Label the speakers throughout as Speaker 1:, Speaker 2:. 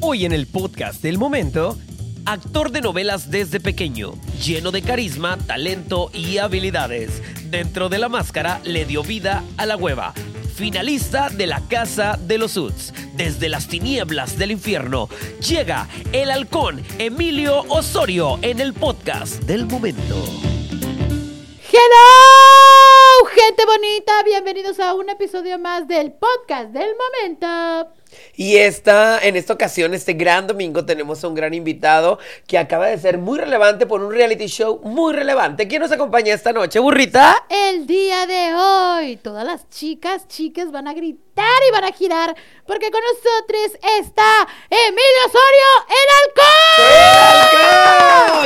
Speaker 1: Hoy en el podcast del momento, actor de novelas desde pequeño, lleno de carisma, talento y habilidades. Dentro de la máscara le dio vida a la hueva. Finalista de la Casa de los Uts. Desde las tinieblas del infierno, llega el halcón Emilio Osorio en el podcast del momento.
Speaker 2: Hello, gente bonita, bienvenidos a un episodio más del podcast del momento.
Speaker 1: Y esta, en esta ocasión, este gran domingo, tenemos a un gran invitado que acaba de ser muy relevante por un reality show muy relevante. ¿Quién nos acompaña esta noche, burrita?
Speaker 2: El día de hoy, todas las chicas, chicas van a gritar y van a girar porque con nosotros está Emilio Osorio,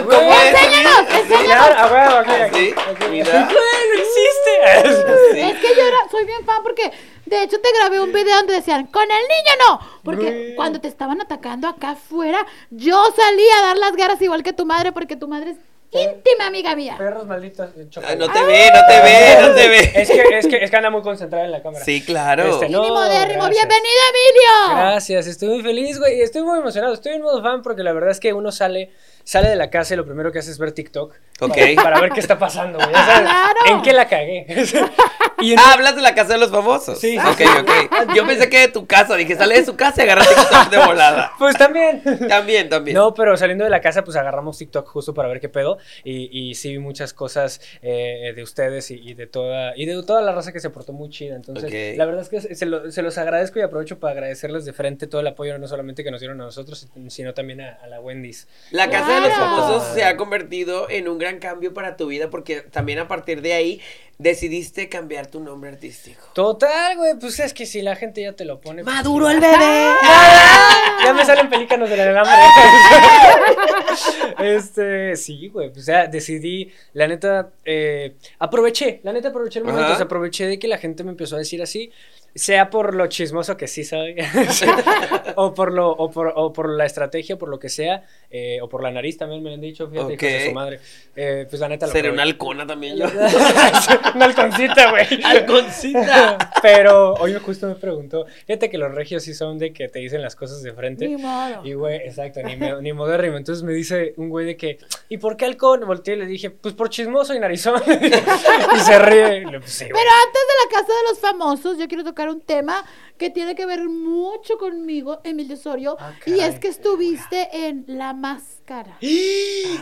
Speaker 2: el halcón.
Speaker 1: ¡El halcón! ¿Cómo es,
Speaker 2: Enséñanos, enséñanos.
Speaker 3: Ah, bueno, aquí, aquí.
Speaker 1: Sí, mira.
Speaker 2: Es que yo era- soy bien fan porque, de hecho, te grabé un video donde decían, con el niño no. Porque cuando te estaban atacando acá afuera, yo salí a dar las garras igual que tu madre porque tu madre es íntima amiga mía.
Speaker 3: Perros malditos. de
Speaker 1: Ay,
Speaker 3: chocolate.
Speaker 1: Ah,
Speaker 3: Ah,
Speaker 1: no te ve, no te ve, no te ve.
Speaker 3: Es que, es, que, es que anda muy concentrada en la cámara.
Speaker 1: Sí, claro.
Speaker 3: Este, no.
Speaker 2: Mínimo modérrimo,
Speaker 3: gracias.
Speaker 2: bienvenido Emilio.
Speaker 3: Gracias, estoy muy feliz, güey. Estoy muy emocionado. Estoy en modo fan porque la verdad es que uno sale, sale de la casa y lo primero que hace es ver TikTok.
Speaker 1: Ok.
Speaker 3: Para ver qué está pasando, güey. Ya sabes,
Speaker 2: Claro.
Speaker 3: ¿En qué la cagué? y en-
Speaker 1: Ah, hablas de la casa de los famosos.
Speaker 3: Sí.
Speaker 1: Ok, ok. Yo pensé que de tu casa. Dije, sale de su casa y agarra TikTok de volada.
Speaker 3: Pues también.
Speaker 1: También, también.
Speaker 3: No, pero saliendo de la casa, pues agarramos TikTok justo para ver qué pedo. Y, y sí, vi muchas cosas eh, de ustedes y, y de toda y de toda la raza que se portó muy chida. Entonces,
Speaker 1: Ok.
Speaker 3: la verdad es que se, lo- se los agradezco y aprovecho para agradecerles de frente todo el apoyo, no solamente que nos dieron a nosotros, sino también a, a la Wendy's.
Speaker 1: La casa de los
Speaker 2: Claro.
Speaker 1: famosos se ha convertido en un gran cambio para tu vida porque también a partir de ahí decidiste cambiar tu nombre artístico.
Speaker 3: Total, güey, pues es que si la gente ya te lo pone. pues, Ah,
Speaker 1: Maduro el bebé.
Speaker 3: Ya me salen pelícanos del alambre. este, sí, güey. O sea, decidí, la neta, eh, aproveché, la neta aproveché el momento.
Speaker 1: Ajá.
Speaker 3: o sea, aproveché de que la gente me empezó a decir así. Sea por lo chismoso que sí soy, o, por lo, o, por, o por la estrategia, por lo que sea, eh, o por la nariz también me han dicho, fíjate, hijos de
Speaker 1: Ok.
Speaker 3: su madre. Eh, pues la neta lo
Speaker 1: Seré una
Speaker 3: aproveché.
Speaker 1: halcona también yo.
Speaker 3: Una halconcita, güey.
Speaker 1: Halconcita.
Speaker 3: Pero hoy justo me preguntó, fíjate que los regios sí son de que te dicen las cosas de frente.
Speaker 2: Ni modo.
Speaker 3: Y güey, exacto, ni, me, ni modérrimo. Entonces me dice un güey de que, ¿y por qué halcón? Volteé y le dije, pues por chismoso y narizón. y se ríe. Y le, pues, sí, güey.
Speaker 2: Pero antes de la casa de los famosos, yo quiero tocar un tema que tiene que ver mucho conmigo, Emilio Osorio,
Speaker 3: Ah,
Speaker 2: y
Speaker 3: caray.
Speaker 2: es que estuviste en La Máscara. ¡Qué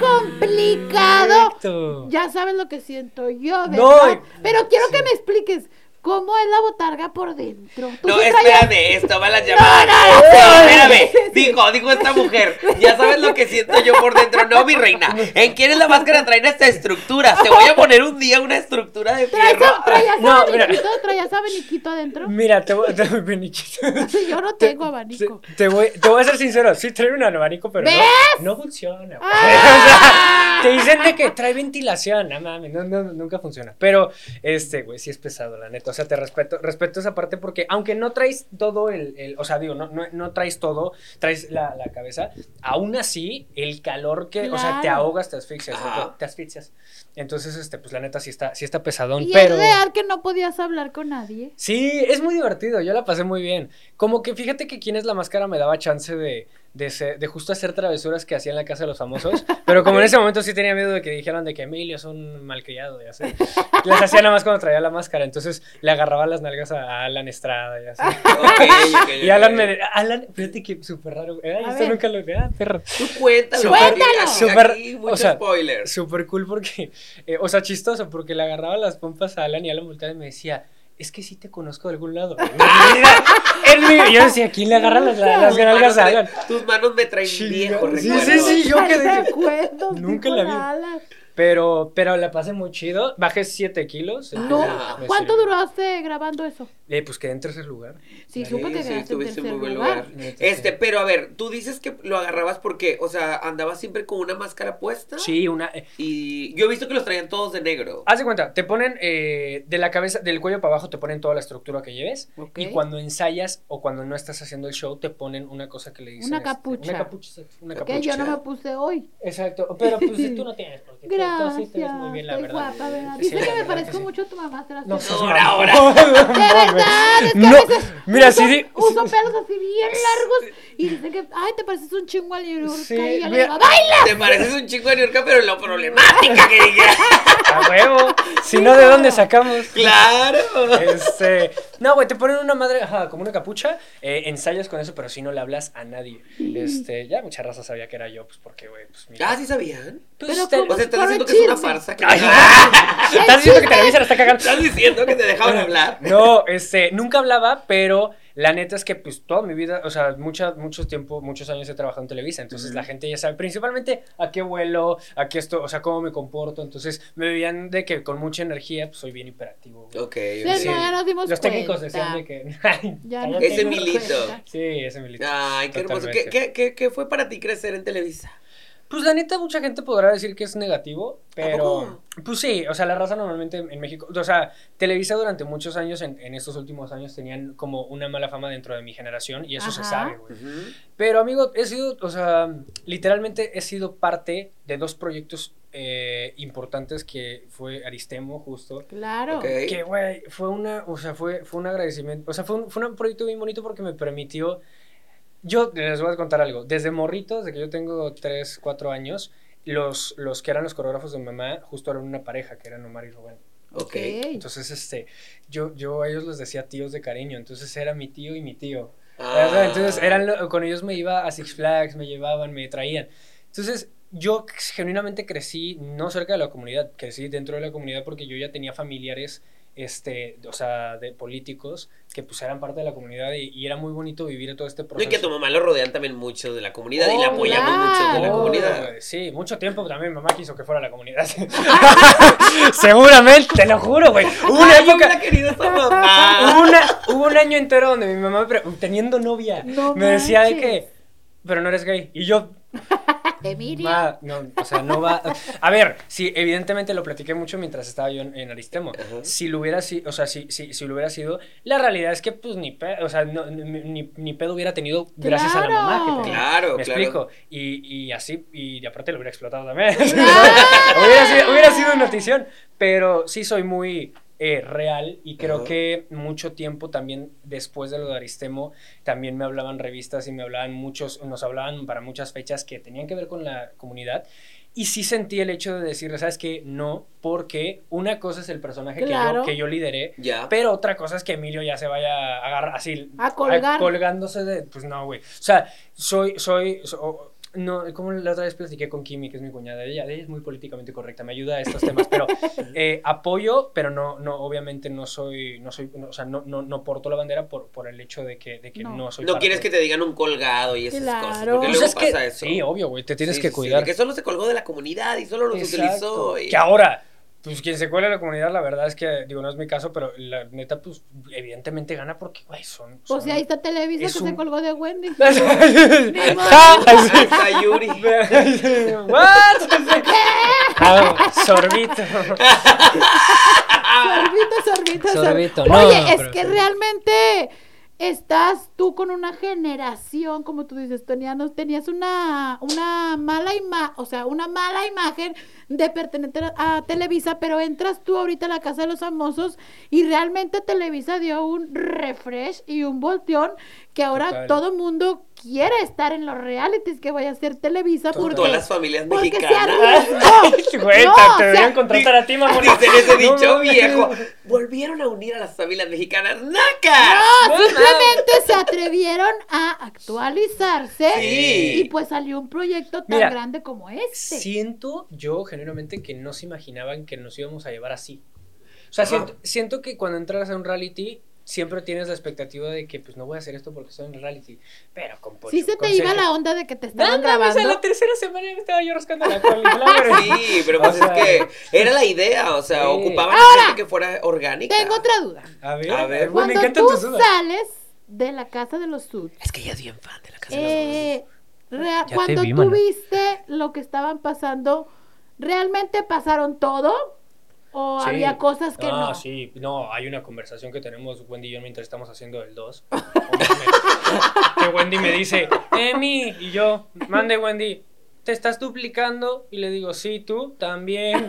Speaker 2: complicado!
Speaker 3: Correcto.
Speaker 2: ¡Ah! Ya sabes lo que siento yo,
Speaker 3: No,
Speaker 2: ¿verdad?
Speaker 3: y-
Speaker 2: Pero quiero que me expliques cómo es la botarga por dentro. ¿Tú
Speaker 1: No,
Speaker 2: sí traías-
Speaker 1: espérame, esto va la llamada.
Speaker 2: no, no.
Speaker 1: espérame. Dijo, dijo esta mujer. Ya sabes lo que siento yo por dentro. No, mi reina. ¿En quién es la máscara? Traen esta estructura. Te voy a poner un día una estructura de
Speaker 2: ¿Traías,
Speaker 1: fierro.
Speaker 2: traías
Speaker 3: No,
Speaker 2: abaniquito? ¿Traías abaniquito adentro?
Speaker 3: Mira, te voy, te, Beniquito.
Speaker 2: Sí, yo no tengo abanico.
Speaker 3: Te, te voy, te voy a ser sincero, sí trae un abanico, pero
Speaker 2: ¿Ves?
Speaker 3: no, no funciona. güey.
Speaker 2: Ah.
Speaker 3: O sea, te dicen de que trae ventilación, no mames, no, no, nunca funciona. Pero este, güey, sí es pesado, la neta. O sea, te respeto, respeto esa parte porque aunque no traes todo el, el- o sea, digo, no, no, no traes todo, traes la, la cabeza, aún así el calor que, o sea, te
Speaker 2: Claro. Ah.
Speaker 3: ahogas, te asfixias, güey,
Speaker 1: Ajá.
Speaker 3: te, te asfixias. Entonces, este, pues la neta sí está, sí está pesadón,
Speaker 2: Y
Speaker 3: pero...
Speaker 2: es real que no podías hablar con nadie.
Speaker 3: Sí, es muy divertido, yo la pasé muy bien. Como que fíjate que quién es la máscara me daba chance de, de, ser- de justo hacer travesuras que hacía en la casa de los famosos, pero como en ese momento sí tenía miedo de que dijeran de que Emilio es un malcriado, ya sé. Las hacía nada más cuando traía la máscara, entonces le agarraba las nalgas a Alan Estrada, ya sé.
Speaker 2: Ah,
Speaker 1: Ok, ok,
Speaker 3: Y Alan
Speaker 1: ok.
Speaker 3: me... Alan, fíjate que súper raro. Ay,
Speaker 2: A
Speaker 3: eso
Speaker 2: ver.
Speaker 3: nunca lo... Ah, perro.
Speaker 1: Tú cuéntalo.
Speaker 2: Cuéntalo.
Speaker 1: Super, aquí
Speaker 3: Súper-
Speaker 1: mucho
Speaker 3: o sea,
Speaker 1: spoiler.
Speaker 3: Súper cool porque, eh, o sea, chistoso, porque le agarraba las pompas a Alan y Alan volteaba y me decía, es que sí te conozco de algún lado. Mira, en mi- yo decía, ¿quién le agarra las, las
Speaker 1: Tus manos
Speaker 3: nalgas a
Speaker 1: me-
Speaker 3: Alan?
Speaker 1: Tus manos me traen
Speaker 3: Chinga.
Speaker 1: viejo,
Speaker 3: Sí,
Speaker 1: recuerdo.
Speaker 3: sí, sí. yo
Speaker 2: Ay,
Speaker 3: quedé-
Speaker 2: recuerdos,
Speaker 3: Nunca
Speaker 2: dijo
Speaker 3: la vi.
Speaker 2: Alan.
Speaker 3: Pero, pero la pasé muy chido. Bajé 7 kilos.
Speaker 2: No,
Speaker 3: entonces me
Speaker 2: ¿cuánto
Speaker 3: sirvió.
Speaker 2: duraste grabando eso?
Speaker 3: Eh, pues quedé en tercer lugar.
Speaker 2: Sí, supe que
Speaker 4: sí,
Speaker 2: quedaste en
Speaker 4: tuviste
Speaker 2: tercer
Speaker 4: muy buen
Speaker 2: lugar.
Speaker 4: lugar.
Speaker 3: Neta,
Speaker 4: Este,
Speaker 3: sí.
Speaker 4: pero a ver, tú dices que lo agarrabas porque, o sea, andabas siempre con una máscara
Speaker 2: Ah.
Speaker 4: puesta.
Speaker 3: Sí, una. eh,
Speaker 4: Y yo he visto que los traían todos de negro.
Speaker 3: Haz de cuenta, te ponen eh, de la cabeza, del cuello para abajo, te ponen toda la estructura que lleves.
Speaker 4: Ok.
Speaker 3: Y cuando ensayas o cuando no estás haciendo el show, te ponen una cosa que le dicen.
Speaker 2: Una
Speaker 3: este,
Speaker 2: capucha.
Speaker 3: una capucha, exacto, una
Speaker 4: Ok,
Speaker 2: Que
Speaker 3: capucha.
Speaker 2: yo no me puse hoy.
Speaker 3: Exacto. Pero pues tú no tienes, porque tú, tú
Speaker 2: Gracias.
Speaker 3: sí te ves muy bien, la
Speaker 2: estoy
Speaker 3: verdad.
Speaker 2: guapa, ¿verdad?
Speaker 3: Sí,
Speaker 2: Dice
Speaker 3: la
Speaker 2: que me
Speaker 3: verdad
Speaker 2: parezco
Speaker 3: sí.
Speaker 2: mucho a tu mamá. te la
Speaker 3: No
Speaker 2: haces.
Speaker 3: seas
Speaker 4: Ahora,
Speaker 3: mamón.
Speaker 4: ahora.
Speaker 2: De verdad, es que
Speaker 3: No,
Speaker 2: a veces
Speaker 3: mira,
Speaker 2: uso,
Speaker 3: sí, sí,
Speaker 2: uso
Speaker 3: sí.
Speaker 2: pelos así bien largos y dicen que, ay, te pareces un chingo al libro.
Speaker 3: Sí,
Speaker 2: y yo le
Speaker 3: mira.
Speaker 2: digo, ¡baila!
Speaker 4: Te pareces un chico de New York, pero lo problemática que dije.
Speaker 3: A huevo. Si no, ¿de dónde sacamos?
Speaker 4: claro.
Speaker 3: Este, no, güey, te ponen una madre, ajá, como una capucha, eh, ensayas con eso, pero si no le hablas a nadie. Este, ya mucha raza sabía que era yo, pues porque, güey, pues mira.
Speaker 4: Ah, sí sabían.
Speaker 3: Pues,
Speaker 2: Pero
Speaker 3: te-
Speaker 2: ¿cómo?
Speaker 4: O sea, estás
Speaker 2: Corre
Speaker 4: diciendo que es una
Speaker 2: chisme.
Speaker 4: farsa. Que
Speaker 3: Ay,
Speaker 2: el
Speaker 3: Estás diciendo que
Speaker 2: chisme.
Speaker 3: Televisa la está cagando.
Speaker 4: Estás diciendo que te dejaban hablar.
Speaker 3: No, este, nunca hablaba, pero la neta es que pues toda mi vida, o sea, mucha, mucho tiempo, muchos años he trabajado en Televisa, entonces la gente ya sabe principalmente a qué vuelo, a qué esto, o sea, cómo me comporto, entonces me veían de que con mucha energía pues, soy bien hiperactivo. güey.
Speaker 4: Ok,
Speaker 2: Sí,
Speaker 4: ok.
Speaker 2: no, ya nos dimos
Speaker 3: Los técnicos
Speaker 2: cuenta.
Speaker 3: decían de que...
Speaker 2: Ya nos
Speaker 4: Ese
Speaker 2: dimos
Speaker 4: Milito.
Speaker 2: cuenta.
Speaker 3: Sí, ese milito.
Speaker 4: Ay, qué hermoso. ¿Qué,
Speaker 3: Totalmente.
Speaker 4: qué, qué, qué fue para ti crecer en Televisa?
Speaker 3: Pues la neta, mucha gente podrá decir que es negativo, pero.
Speaker 4: poco?
Speaker 3: Pues sí, o sea, la raza normalmente en México. O sea, Televisa durante muchos años, en, en estos últimos años, tenían como una mala fama dentro de mi generación y eso se
Speaker 2: Ajá.
Speaker 3: sabe, güey. Pero, amigo, he sido, o sea, literalmente he sido parte de dos proyectos eh, importantes que fue Aristemo, justo.
Speaker 2: Claro.
Speaker 4: Ok.
Speaker 3: Que, güey, fue una, o sea, fue, fue un agradecimiento, o sea, fue un, fue un proyecto bien bonito porque me permitió, yo les voy a contar algo, desde morrito, desde que yo tengo 3, 4 años, los, los que eran los coreógrafos de mi mamá justo eran una pareja, que eran Omar y Rubén.
Speaker 4: Ok.
Speaker 3: Entonces, este, yo, yo a ellos les decía tíos de cariño, entonces era mi tío y mi tío.
Speaker 4: Ah.
Speaker 3: Entonces, eran lo- con ellos me iba a Six Flags, me llevaban, me traían. Entonces, yo genuinamente crecí no cerca de la comunidad, crecí dentro de la comunidad porque yo ya tenía familiares, este, o sea, de políticos que pues eran parte de la comunidad y, y era muy bonito vivir todo este
Speaker 4: No, y
Speaker 3: proceso.
Speaker 4: que a tu mamá lo rodean también mucho de la comunidad y la
Speaker 3: Oh,
Speaker 4: apoyamos mucho de la
Speaker 2: claro.
Speaker 4: comunidad.
Speaker 3: güey, Sí, mucho tiempo también mi mamá quiso que fuera a la comunidad. Seguramente, te lo juro, güey. Hubo una
Speaker 4: Ay,
Speaker 3: época,
Speaker 4: hubiera querido esa mamá.
Speaker 3: Hubo, una- hubo un año entero donde mi mamá, pre- teniendo novia,
Speaker 2: No
Speaker 3: me decía de
Speaker 2: manches.
Speaker 3: que, pero no eres gay. Y yo,
Speaker 2: Emilio.
Speaker 3: ma, no, o sea, no va. A ver, sí, evidentemente lo platiqué mucho mientras estaba yo en, en Aristemo.
Speaker 4: Ajá.
Speaker 3: Si lo hubiera sido, o sea, si, si, si lo hubiera sido, la realidad es que, pues, ni, pe- o sea, no- ni, ni- ni pedo hubiera tenido gracias a la mamá que tenía.
Speaker 4: Claro,
Speaker 3: Me
Speaker 4: claro.
Speaker 3: explico. Y, y así, y aparte lo hubiera explotado también.
Speaker 2: Claro.
Speaker 3: hubiera, sido, hubiera sido una notición. Pero sí soy muy eh, real y creo
Speaker 4: Ajá.
Speaker 3: que mucho tiempo también después de lo de Aristemo, también me hablaban revistas y me hablaban muchos, nos hablaban para muchas fechas que tenían que ver con la comunidad. Y sí sentí el hecho de decir, ¿sabes qué? No, porque una cosa es el personaje que yo-
Speaker 2: Claro.
Speaker 3: que, yo, lideré,
Speaker 4: Ya.
Speaker 3: pero otra cosa es que Emilio ya se vaya a agarrar así.
Speaker 2: A colgar.
Speaker 3: colgándose de. Pues no, güey. O sea, soy. soy so- no, como la otra vez platiqué con Kimi, que es mi cuñada, ella, ella es muy políticamente correcta, me ayuda a estos temas, pero eh, apoyo, pero no, no, obviamente no soy, no soy, no, o sea, no, no, no porto la bandera por, por el hecho de que, de que
Speaker 2: No.
Speaker 3: no. soy
Speaker 4: No
Speaker 3: parte.
Speaker 4: quieres que te digan un colgado y esas
Speaker 2: Claro.
Speaker 4: cosas. Porque
Speaker 3: Pues
Speaker 4: luego
Speaker 3: es que-
Speaker 4: pasa eso.
Speaker 3: Sí, obvio, güey, te tienes
Speaker 4: Sí,
Speaker 3: que
Speaker 4: sí, sí,
Speaker 3: cuidar.
Speaker 4: de que solo se colgó de la comunidad y solo los
Speaker 3: Exacto.
Speaker 4: utilizó. y-
Speaker 3: Que ahora, pues quien se cuela en la comunidad, la verdad es que, digo, no es mi caso, pero la neta, pues evidentemente gana porque, güey, son.
Speaker 2: Pues sí, ahí está Televisa
Speaker 3: Es
Speaker 2: que
Speaker 3: un-
Speaker 2: se colgó de Wendy.
Speaker 3: ahí
Speaker 4: Ahí está Yuri.
Speaker 3: ¿What? Ah, sorbito.
Speaker 2: Sorbito, sorbito,
Speaker 3: Sorbito,
Speaker 2: sorbito.
Speaker 3: no,
Speaker 2: Oye,
Speaker 3: no,
Speaker 2: es
Speaker 3: pero-
Speaker 2: que realmente estás tú con una generación, como tú dices, tenías, tenías una, una mala imagen, o sea, una mala imagen de pertenecer a Televisa, pero entras tú ahorita a la casa de los famosos y realmente Televisa dio un refresh y un volteón que ahora
Speaker 3: Total.
Speaker 2: todo mundo quiere estar en los realities que vaya a hacer Televisa
Speaker 3: Total.
Speaker 2: porque
Speaker 4: Todas las familias
Speaker 2: porque se
Speaker 4: mexicanas.
Speaker 2: arriesgó.
Speaker 3: Güey,
Speaker 2: No,
Speaker 3: te-
Speaker 2: o
Speaker 3: te
Speaker 2: sea,
Speaker 3: deberían contratar a ti, mamón.
Speaker 4: Dicen ese
Speaker 3: No,
Speaker 4: dicho
Speaker 3: mames.
Speaker 4: viejo. Volvieron a unir a las familias mexicanas. ¡Naca!
Speaker 3: No,
Speaker 2: Simplemente se atrevieron a actualizarse
Speaker 4: Sí.
Speaker 2: y pues salió un proyecto tan
Speaker 3: Mira,
Speaker 2: grande como este.
Speaker 3: Siento yo genuinamente que no se imaginaban que nos íbamos a llevar así. O sea,
Speaker 4: Ajá.
Speaker 3: siento, siento que cuando entras a un reality, siempre tienes la expectativa de que, pues, no voy a hacer esto porque estoy en reality. Pero con Poncho,
Speaker 2: Sí se
Speaker 3: con
Speaker 2: te iba
Speaker 3: Sergio-
Speaker 2: la onda de que te
Speaker 3: No,
Speaker 2: estaban
Speaker 3: no, o sea,
Speaker 2: grabando.
Speaker 3: la tercera semana ya me estaba yo rascando la cauliflower.
Speaker 4: Sí, pero pues
Speaker 3: O sea-
Speaker 4: es que era la idea, o sea,
Speaker 3: Sí.
Speaker 4: ocupaban
Speaker 2: Ahora,
Speaker 4: gente que fuera orgánica.
Speaker 2: Tengo otra duda.
Speaker 3: A ver,
Speaker 4: A
Speaker 3: a
Speaker 4: ver.
Speaker 3: ver, me
Speaker 2: Cuando
Speaker 3: encantan
Speaker 2: tú
Speaker 3: tus dudas.
Speaker 2: sales de la casa de los Sud,
Speaker 1: Es que ella es bien fan de la casa de los
Speaker 2: eh, rea-
Speaker 3: te
Speaker 2: cuando
Speaker 3: vi,
Speaker 2: tú
Speaker 3: mana.
Speaker 2: viste lo que estaban pasando, ¿realmente pasaron todo? ¿O
Speaker 3: Sí.
Speaker 2: había cosas que no?
Speaker 3: Ah, sí, no, hay una conversación que tenemos Wendy y yo mientras estamos haciendo el 2. que Wendy me dice, Emi, y yo, mande Wendy, ¿te estás duplicando? Y le digo, sí, tú también.